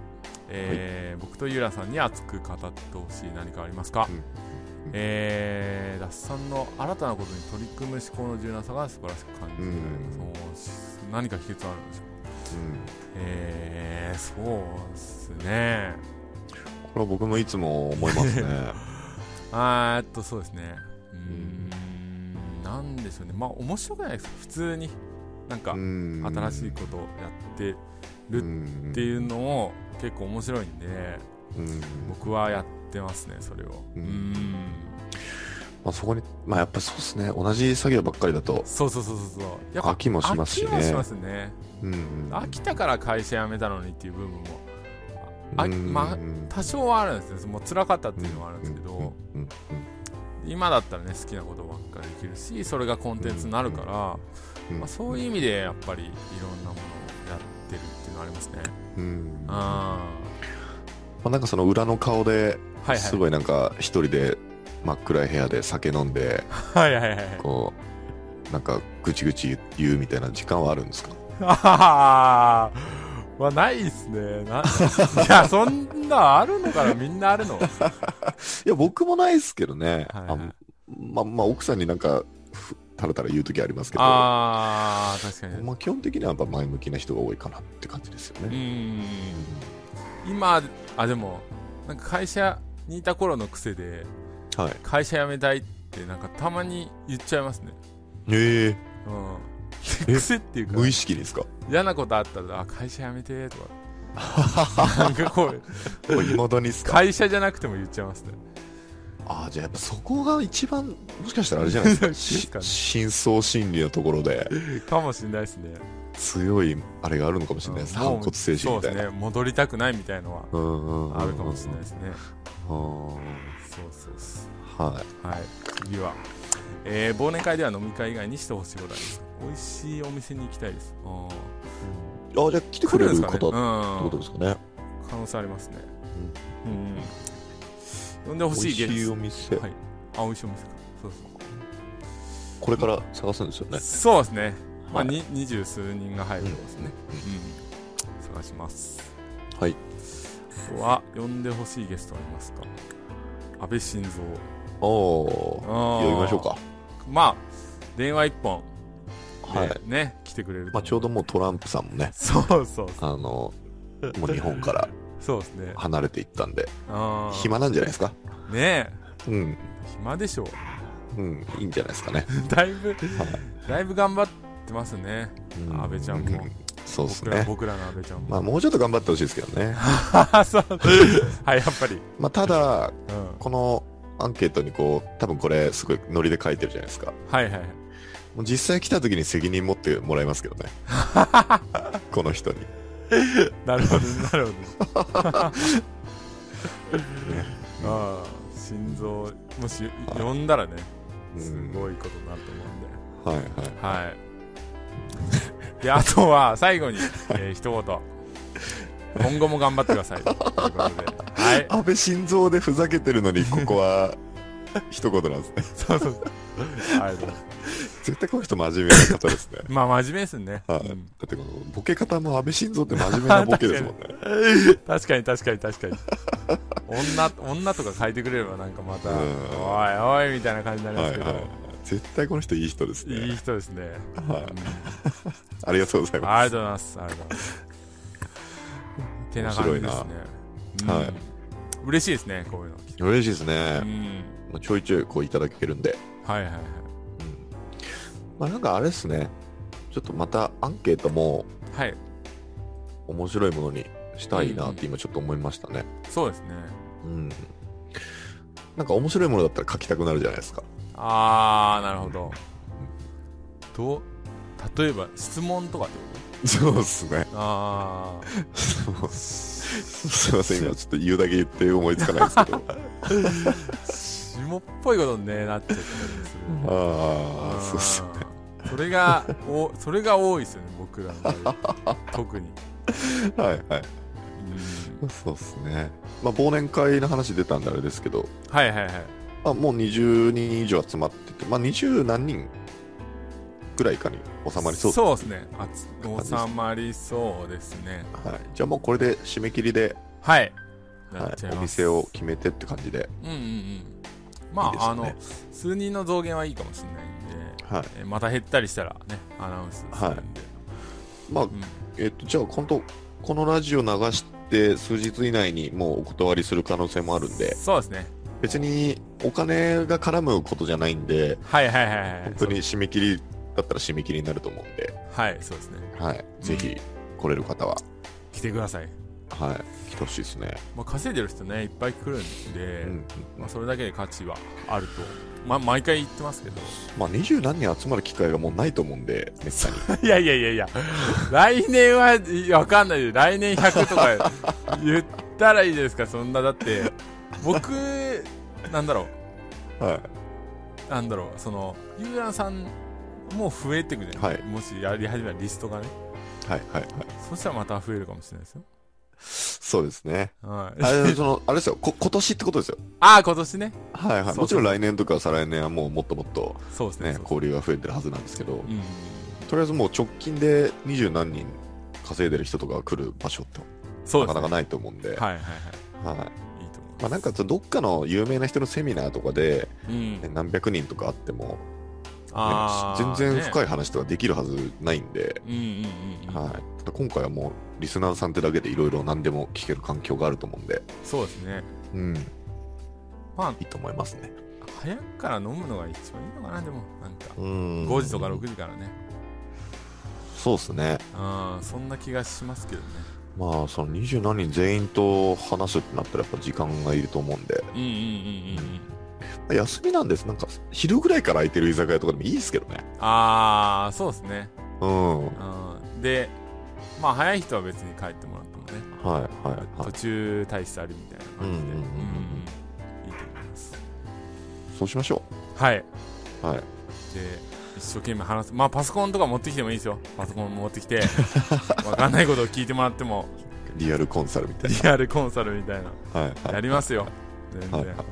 [SPEAKER 2] えー僕とゆらさんに熱く語ってほしい何かありますか、
[SPEAKER 1] うん
[SPEAKER 2] えー、ダッサンの新たなことに取り組む思考の柔軟さが素晴らしく感じられます
[SPEAKER 1] うん
[SPEAKER 2] そうし何か秘訣はあるんでしょうか
[SPEAKER 1] うん
[SPEAKER 2] えー、そうですね
[SPEAKER 1] これは僕もいつも思い ますね。
[SPEAKER 2] あーえっとそうですねうーんなんでしょうねまあ面白くないですか普通になんか
[SPEAKER 1] うん
[SPEAKER 2] 新しいことをやってる
[SPEAKER 1] っ
[SPEAKER 2] っていう
[SPEAKER 1] の。
[SPEAKER 2] のも結構面白いんで
[SPEAKER 1] うん
[SPEAKER 2] 僕はやってますねそれを
[SPEAKER 1] う
[SPEAKER 2] う
[SPEAKER 1] んんまあそこに、まあやっぱそうですね。同じ作業ばっかりだと
[SPEAKER 2] そうそうそうそうそうやっぱ
[SPEAKER 1] 飽きもしますし
[SPEAKER 2] 飽きもし
[SPEAKER 1] ね
[SPEAKER 2] ま。すね
[SPEAKER 1] うん
[SPEAKER 2] 飽きたから会社辞めたのにっていう部分もあ
[SPEAKER 1] うん
[SPEAKER 2] まあ
[SPEAKER 1] うん
[SPEAKER 2] 多少はあるんですねもう辛かったっていうのはあるんですけど、
[SPEAKER 1] うんうん
[SPEAKER 2] 今だったらね好きなことばっかりできるしそれがコンテンツになるから、
[SPEAKER 1] うん
[SPEAKER 2] まあ、そういう意味でやっぱりいろんなものをやってるっていうのはありますね
[SPEAKER 1] うんま
[SPEAKER 2] あ
[SPEAKER 1] あなんかその裏の顔で
[SPEAKER 2] ーはい
[SPEAKER 1] す
[SPEAKER 2] は
[SPEAKER 1] ごいなんか一人で真っ暗い部屋で酒飲んで
[SPEAKER 2] いはいはいはいはい
[SPEAKER 1] こうなんかぐちぐち言うみたいな時間はあるんですか
[SPEAKER 2] あー はないっすねな いやそんなあるのかなみんなあるの
[SPEAKER 1] いや僕もないですけどね、
[SPEAKER 2] はい
[SPEAKER 1] あまあまあ奥さんになんかふたらたら言う時ありますけど
[SPEAKER 2] ああ確かに
[SPEAKER 1] まあ、基本的にはやっぱ前向きな人が多いかなって感じですよ
[SPEAKER 2] う
[SPEAKER 1] ね。
[SPEAKER 2] ん今あでもなんか会社にいた頃の癖で
[SPEAKER 1] はい。
[SPEAKER 2] 会社辞めたいってなんかたまに言っちゃいますね
[SPEAKER 1] ええ
[SPEAKER 2] うん。癖っていうか、
[SPEAKER 1] 無意識ですか。
[SPEAKER 2] 嫌なことあったら、あ、会社辞めて、とか。なんかこう、
[SPEAKER 1] いまだにですか。
[SPEAKER 2] 会社じゃなくても言っちゃいますね。
[SPEAKER 1] ああ、じゃあやっぱそこが一番、もしかしたらあれじゃないですか。
[SPEAKER 2] です かね
[SPEAKER 1] し真相心理のところで、
[SPEAKER 2] かもしれないですね。
[SPEAKER 1] 強いあれがあるのかもしれないです。
[SPEAKER 2] うんもう
[SPEAKER 1] 反骨精神
[SPEAKER 2] そう
[SPEAKER 1] みた
[SPEAKER 2] で
[SPEAKER 1] い
[SPEAKER 2] す
[SPEAKER 1] な。
[SPEAKER 2] ね。戻りたくないみたいのは、
[SPEAKER 1] うんうんうんうん
[SPEAKER 2] あるかもしれないですね。
[SPEAKER 1] うん
[SPEAKER 2] そうそうそう。
[SPEAKER 1] はい。
[SPEAKER 2] はい。次は。えー忘年会では飲み会以外にしてほしいことありますか美味しいお店に行きたいです。うん
[SPEAKER 1] あ、じゃあ来てくれ
[SPEAKER 2] ん
[SPEAKER 1] る
[SPEAKER 2] です
[SPEAKER 1] 方
[SPEAKER 2] か
[SPEAKER 1] っ
[SPEAKER 2] ね
[SPEAKER 1] てこと
[SPEAKER 2] うん
[SPEAKER 1] ですかね。
[SPEAKER 2] 可能性ありますね。うん。呼んでほ
[SPEAKER 1] 美
[SPEAKER 2] し
[SPEAKER 1] 味
[SPEAKER 2] いゲ
[SPEAKER 1] しい
[SPEAKER 2] ス
[SPEAKER 1] お店、
[SPEAKER 2] はい。あ、美味しいお店か。そうそう。
[SPEAKER 1] これから探すんですよね。
[SPEAKER 2] そうですね。まあ、
[SPEAKER 1] はい
[SPEAKER 2] に二十数人が入るようですね。うん。探します。
[SPEAKER 1] はい。
[SPEAKER 2] あとは、呼んでほしいゲストありますか安倍晋三。
[SPEAKER 1] おおー。
[SPEAKER 2] 呼
[SPEAKER 1] 呼びましょう。か。
[SPEAKER 2] まあ、電話一本で、
[SPEAKER 1] はい。
[SPEAKER 2] ね、来てくれると。
[SPEAKER 1] まあちょうどもうトランプさんもね、
[SPEAKER 2] そうそう。
[SPEAKER 1] あの、もう日本から
[SPEAKER 2] そうですね。
[SPEAKER 1] 離れていったんで、
[SPEAKER 2] あー
[SPEAKER 1] 暇なんじゃないですか
[SPEAKER 2] ね
[SPEAKER 1] うん、
[SPEAKER 2] え、暇でしょう。
[SPEAKER 1] うん、いいんじゃないですかね。
[SPEAKER 2] だいぶ、だいぶ頑張ってますね。
[SPEAKER 1] う
[SPEAKER 2] 安倍ちゃんも
[SPEAKER 1] うそうです
[SPEAKER 2] 僕ら、
[SPEAKER 1] ね。
[SPEAKER 2] 僕らの安倍ちゃんも。
[SPEAKER 1] まあもうちょっと頑張ってほしいですけど ね。
[SPEAKER 2] そう。はい、やっぱり。
[SPEAKER 1] まあただ、
[SPEAKER 2] うん。
[SPEAKER 1] このアンケートにこう、多分これすごいノリで書いてるじゃないですか。
[SPEAKER 2] はいはいはい。
[SPEAKER 1] もう実際来た時に責任持ってもらいますけ どね。この人に。
[SPEAKER 2] なるほど、 なるほど。 ああ、心臓、もし呼んだらね、
[SPEAKER 1] うん
[SPEAKER 2] すごいことになると思うんで。
[SPEAKER 1] はいはい。
[SPEAKER 2] はい。で、あとは、最後に、えー、一言。今後も頑張ってください。ということで。はい。
[SPEAKER 1] 安倍晋三でふざけてる のに、ここは一言なんですね。
[SPEAKER 2] そうそうそう。はい。
[SPEAKER 1] 絶対この人真面目な方 ですね。
[SPEAKER 2] まあ、真面目ですね。
[SPEAKER 1] はい、
[SPEAKER 2] う
[SPEAKER 1] だ
[SPEAKER 2] ん
[SPEAKER 1] ってこのボケ方も安倍晋三って真面目 なボケですもんね。
[SPEAKER 2] 確かに確かに確かに。女、女とか書いてくれればなんかまた、
[SPEAKER 1] うん
[SPEAKER 2] おいおいみたいな感じになり
[SPEAKER 1] は
[SPEAKER 2] ます
[SPEAKER 1] い
[SPEAKER 2] けど、
[SPEAKER 1] はい。絶対この人いい人ですね。
[SPEAKER 2] いい人ですね。
[SPEAKER 1] はい
[SPEAKER 2] うん
[SPEAKER 1] ありがとうございます。
[SPEAKER 2] ありがとうございます。ありがとうございます。てな感じですね。
[SPEAKER 1] はい
[SPEAKER 2] うん嬉しいですね、こういうの。
[SPEAKER 1] 嬉しいです
[SPEAKER 2] う
[SPEAKER 1] ね。
[SPEAKER 2] ん。
[SPEAKER 1] まあちょいちょいこういただけるんで。
[SPEAKER 2] はいはいはい。
[SPEAKER 1] まあなんかあれですね。ちょっとまたアンケートも
[SPEAKER 2] はい。
[SPEAKER 1] 面白いものにしたいなって今ちょっと思いましたね。
[SPEAKER 2] そうですね。
[SPEAKER 1] うん。なんか面白いものだったら書きたくなるじゃないですか。
[SPEAKER 2] あー、なるほど。と、例えば質問とかってこと
[SPEAKER 1] そうですね。
[SPEAKER 2] ああ
[SPEAKER 1] そうすいません、今ちょっと言うだけ言って思いつかないです けど。
[SPEAKER 2] 下っぽいことに、ね、なっちゃったりするね
[SPEAKER 1] ああ、そうっすね。
[SPEAKER 2] うんそれがおそれが多いですよね僕らの場合特に、
[SPEAKER 1] はいはい。
[SPEAKER 2] うん
[SPEAKER 1] そうっすね。まあ、忘年会の話出たんであれですけど、
[SPEAKER 2] はいはいはい
[SPEAKER 1] まあ、もう20人以上集まってて、まあ、20何人ぐらいかに収まりそう
[SPEAKER 2] そうですねあつ収まりそうですね
[SPEAKER 1] はい、じゃあもうこれで締め切りで、
[SPEAKER 2] はいや
[SPEAKER 1] は
[SPEAKER 2] っち
[SPEAKER 1] い
[SPEAKER 2] ゃいます
[SPEAKER 1] お店を決めてって感じで、
[SPEAKER 2] うんうんうんまあ
[SPEAKER 1] いいですね
[SPEAKER 2] あの数人の増減はいいかもしれないんで
[SPEAKER 1] はい
[SPEAKER 2] えまた減ったりしたらねアナウンスするんで、
[SPEAKER 1] まあ
[SPEAKER 2] うん
[SPEAKER 1] えっと、じゃあ本当このラジオ流して数日以内にもうお断りする可能性もあるんで
[SPEAKER 2] そうですね
[SPEAKER 1] 別にお金が絡むことじゃないんで
[SPEAKER 2] はいはいはいはい
[SPEAKER 1] 本当に締め切りだったら締め切りになると思うんで、
[SPEAKER 2] はいそうですね
[SPEAKER 1] はい、ぜひ来れる方は、
[SPEAKER 2] 来てください、
[SPEAKER 1] はい、来てほしいですね、
[SPEAKER 2] まあ、稼いでる人ねいっぱい来るんで、
[SPEAKER 1] うん
[SPEAKER 2] まあ、それだけで価値はあると、ま、毎回言ってますけど
[SPEAKER 1] まあ、20何人集まる機会がもうないと思うんでめっ たに
[SPEAKER 2] いやいやいやいや来年はいわかんないで来年100とか 言ったらいいですかそんなだって僕なんだろ
[SPEAKER 1] は
[SPEAKER 2] うなんだろうそのゆうらんさんもう増えてくじゃない、
[SPEAKER 1] はい
[SPEAKER 2] もしやり始めたリストがね
[SPEAKER 1] いはいはいはい
[SPEAKER 2] そしたらまた増えるかもしれないですよ、
[SPEAKER 1] そうです ね
[SPEAKER 2] はい、
[SPEAKER 1] あれそのあれですよこ今年ってことですよ
[SPEAKER 2] ああ今年ね
[SPEAKER 1] はいはい、
[SPEAKER 2] そう
[SPEAKER 1] もちろん来年とか再来年はもうもっともっと、
[SPEAKER 2] そうですね
[SPEAKER 1] ね、
[SPEAKER 2] そう
[SPEAKER 1] 交流が増えてるはずなんですけど、
[SPEAKER 2] うん
[SPEAKER 1] とりあえずもう直近で二十何人稼いでる人とかが来る場所って
[SPEAKER 2] そう
[SPEAKER 1] な
[SPEAKER 2] で
[SPEAKER 1] かな
[SPEAKER 2] すね
[SPEAKER 1] かないと思うんで、はい
[SPEAKER 2] はいはいはいいいと思います、
[SPEAKER 1] まあ、なんかちょっとどっかの有名な人のセミナーとかで、
[SPEAKER 2] うん
[SPEAKER 1] ね、何百人とかあっても、ね
[SPEAKER 2] あー
[SPEAKER 1] 全然
[SPEAKER 2] ね
[SPEAKER 1] 深い話とかできるはずないんで、
[SPEAKER 2] うんうんうんうん、
[SPEAKER 1] はい、ただ今回はもうリスナーさんってだけでいろいろ何でも聞ける環境があると思うんで、
[SPEAKER 2] そうですね
[SPEAKER 1] うん、い
[SPEAKER 2] まあ
[SPEAKER 1] いと思いますね。
[SPEAKER 2] 早くから飲むのが一番いいのかなでもなんか
[SPEAKER 1] うん
[SPEAKER 2] 5時とか6時からね
[SPEAKER 1] そうですね。
[SPEAKER 2] あーそんな気がしますけどね
[SPEAKER 1] まあその二十何人全員と話すってなったらやっぱ時間がいると思うんで
[SPEAKER 2] うんうんうんうんうん
[SPEAKER 1] 休みなんですなんか昼ぐらいから空いてる居酒屋とかでもいいですけどね
[SPEAKER 2] ああそうですね
[SPEAKER 1] うんは
[SPEAKER 2] うんでまあ早い人は別に帰ってもらってもね
[SPEAKER 1] いはいは
[SPEAKER 2] 途
[SPEAKER 1] い
[SPEAKER 2] 中退出ありみたいな感じで
[SPEAKER 1] う
[SPEAKER 2] う
[SPEAKER 1] うんう
[SPEAKER 2] んん
[SPEAKER 1] ん
[SPEAKER 2] うんいいと思います
[SPEAKER 1] そうしましょ
[SPEAKER 2] はいで
[SPEAKER 1] うはい
[SPEAKER 2] 一生懸命話すまあパソコンとか持ってきてもいいですよパソコン持って きてわかんないことを聞いてもらっても
[SPEAKER 1] リアルコンサルみたい
[SPEAKER 2] リアルコンサルみたいな
[SPEAKER 1] なはいはい
[SPEAKER 2] やりますよ全然、
[SPEAKER 1] は
[SPEAKER 2] う
[SPEAKER 1] い
[SPEAKER 2] ん
[SPEAKER 1] はい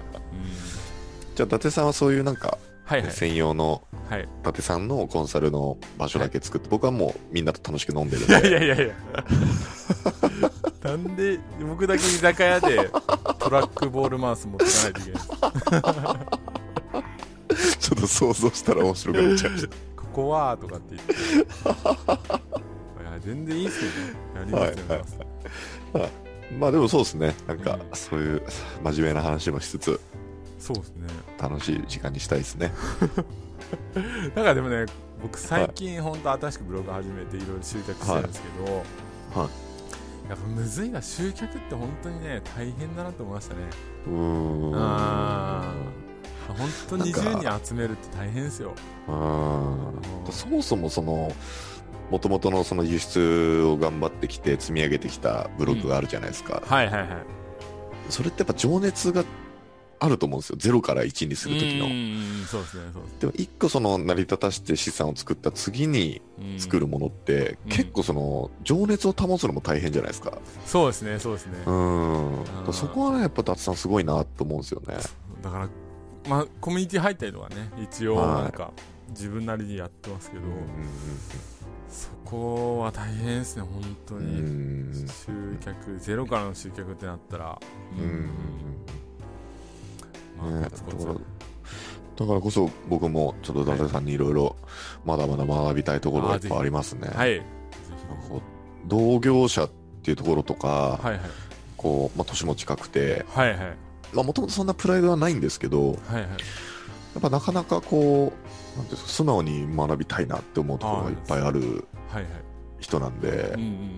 [SPEAKER 1] じゃあ伊達さんはそういうなんか
[SPEAKER 2] はいはい
[SPEAKER 1] 専用の
[SPEAKER 2] はい
[SPEAKER 1] 伊達さんのコンサルの場所だけ作って僕はもうみんなと楽しく飲んでるん
[SPEAKER 2] いやい
[SPEAKER 1] で
[SPEAKER 2] やいやいやなんで僕だけ居酒屋でトラックボールマウス持ってかないといけないんですか
[SPEAKER 1] ちょっと想像したら面白くなっちゃいました
[SPEAKER 2] ここはとかって言っていや全然いいっすよねやりますやります、
[SPEAKER 1] まあでもそうですねなんかそういう真面目な話もしつつ
[SPEAKER 2] そうですね
[SPEAKER 1] 楽しい時間にしたいですね
[SPEAKER 2] だからでもね僕最近本当新しくブログ始めていろいろ集客してるんですけど、
[SPEAKER 1] はいは
[SPEAKER 2] やっぱむずいな集客って本当にね大変だなと思いましたね
[SPEAKER 1] うーん
[SPEAKER 2] あ本当
[SPEAKER 1] なんか
[SPEAKER 2] 20人集めるって大変ですよ
[SPEAKER 1] うんそもそもそのもともとのその輸出を頑張ってきて積み上げてきたブログがあるじゃないですか、
[SPEAKER 2] はいはいはい
[SPEAKER 1] それってやっぱ情熱があると思うんですよ0から1にする時の、
[SPEAKER 2] うんうんうんそうですねそうですね
[SPEAKER 1] でも1個その成り立たして資産を作った次に
[SPEAKER 2] うん
[SPEAKER 1] 作るものって、
[SPEAKER 2] うん
[SPEAKER 1] 結構その情熱を保つのも大変じゃないですか
[SPEAKER 2] そうですねそうですね
[SPEAKER 1] うん
[SPEAKER 2] うん
[SPEAKER 1] そこはねやっぱ達さんすごいなと思うんですよね
[SPEAKER 2] だからまあコミュニティ入ったりとかね一応
[SPEAKER 1] はい
[SPEAKER 2] なんか自分なりにやってますけど、
[SPEAKER 1] う
[SPEAKER 2] そこは大変ですね本当
[SPEAKER 1] ん
[SPEAKER 2] に、
[SPEAKER 1] うん
[SPEAKER 2] 集客ゼロからの集客ってなったら
[SPEAKER 1] うんうん
[SPEAKER 2] うんま
[SPEAKER 1] ね
[SPEAKER 2] あコツ
[SPEAKER 1] だ
[SPEAKER 2] コツ
[SPEAKER 1] からだからこそ僕もちょっと伊達さんにいろいろまだまだ学びたいところがいっぱいありますね。
[SPEAKER 2] はいぜ
[SPEAKER 1] こう同業者っていうところとか、
[SPEAKER 2] ひはいはい
[SPEAKER 1] こうまあ、年も近くて
[SPEAKER 2] はいはい
[SPEAKER 1] もともとそんなプライドはないんですけどや
[SPEAKER 2] はいはい
[SPEAKER 1] っぱなかなかこうなんていうんですか素直に学びたいなって思うところがいっぱいある
[SPEAKER 2] はいはい
[SPEAKER 1] 人なんで
[SPEAKER 2] うんうん
[SPEAKER 1] 本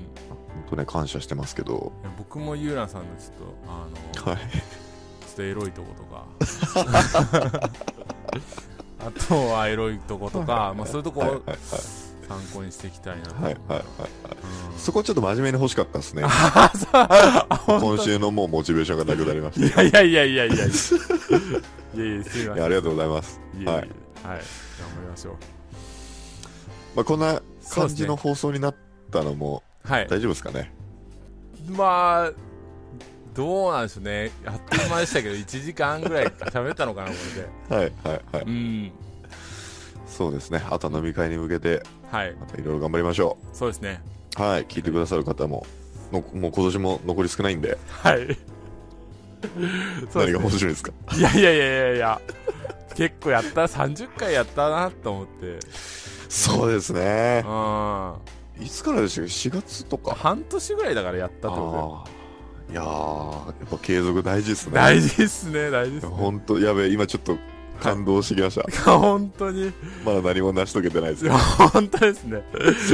[SPEAKER 1] 当ね感謝してますけど、
[SPEAKER 2] いや僕もユーランさんのちょっとあの
[SPEAKER 1] はい、
[SPEAKER 2] ちょっとエロいとこと かあとはエロいとことか、まあ、そういうとこ、
[SPEAKER 1] はいはいはい
[SPEAKER 2] 参考にしていきたいなと。
[SPEAKER 1] はいはいはい。
[SPEAKER 2] うん
[SPEAKER 1] そこちょっと真面目に欲しかったですね。今週のもうモチベーションがなくなりまし
[SPEAKER 2] いやいやいやいやいやいや。いやいや、すい
[SPEAKER 1] た。
[SPEAKER 2] ま
[SPEAKER 1] い
[SPEAKER 2] せん。
[SPEAKER 1] やありがとうございます。
[SPEAKER 2] いえいえ
[SPEAKER 1] は
[SPEAKER 2] はいい。頑張りましょう。
[SPEAKER 1] まあ、こんな
[SPEAKER 2] そう
[SPEAKER 1] 感
[SPEAKER 2] です
[SPEAKER 1] じ
[SPEAKER 2] ね
[SPEAKER 1] の放送になったのも
[SPEAKER 2] はい。
[SPEAKER 1] 大丈夫ですかね。
[SPEAKER 2] まあ、どうなんでしょうね。あっという間でしたけど、1時間ぐらい喋ったのかな、これ
[SPEAKER 1] は
[SPEAKER 2] で。
[SPEAKER 1] いはいはい。
[SPEAKER 2] うん。
[SPEAKER 1] そうですね。あとは飲み会に向けて、
[SPEAKER 2] はい。
[SPEAKER 1] またいろいろ頑張りましょ
[SPEAKER 2] そうですね。
[SPEAKER 1] う。はい。聞いてくださる方も、のもう今年も残り少ないんで、
[SPEAKER 2] はい。そう
[SPEAKER 1] 何が
[SPEAKER 2] ですね
[SPEAKER 1] 面白いですか。
[SPEAKER 2] いやいやいやいやいや。結構やった、30回やったなと思って。
[SPEAKER 1] そうですね
[SPEAKER 2] う。ん。
[SPEAKER 1] いつからでしたっけ ?4 月とか。
[SPEAKER 2] 半年ぐらいだからやったってこと
[SPEAKER 1] あー
[SPEAKER 2] だよ
[SPEAKER 1] いやー、やっぱ継続大事ですね。
[SPEAKER 2] 大事っすね、大事っすね。
[SPEAKER 1] 本当やべえ、今ちょっと感動してきま した。
[SPEAKER 2] 本当に。
[SPEAKER 1] まだ何も成し遂げてないです
[SPEAKER 2] い
[SPEAKER 1] よ
[SPEAKER 2] や、。本当です ね。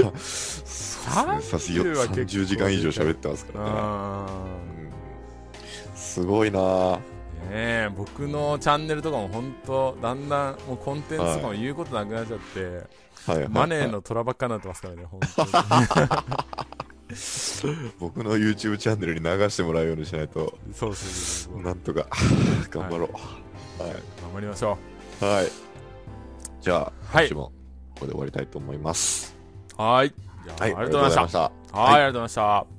[SPEAKER 1] そうですねさすが
[SPEAKER 2] 30は結構
[SPEAKER 1] 30時間以上喋ってますからね。
[SPEAKER 2] うん
[SPEAKER 1] うんすごいなぁ
[SPEAKER 2] ねえ、僕のチャンネルとかも本当だんだんもうコンテンツとかも言うことなくなっちゃって、
[SPEAKER 1] はいはい
[SPEAKER 2] マネーの虎ばっかになってますからね、本当に。
[SPEAKER 1] 僕の YouTube チャンネルに流してもらうようにしないと、
[SPEAKER 2] そうそうそうそう。
[SPEAKER 1] なんとか 頑張ろう。はい。
[SPEAKER 2] 頑張りましょ
[SPEAKER 1] はい。じゃあ、
[SPEAKER 2] う。はい
[SPEAKER 1] 一。問、ここで終わりたいと思います。
[SPEAKER 2] はい。じゃあ、ありがとうございました。
[SPEAKER 1] した。
[SPEAKER 2] はい、ありがとうございました。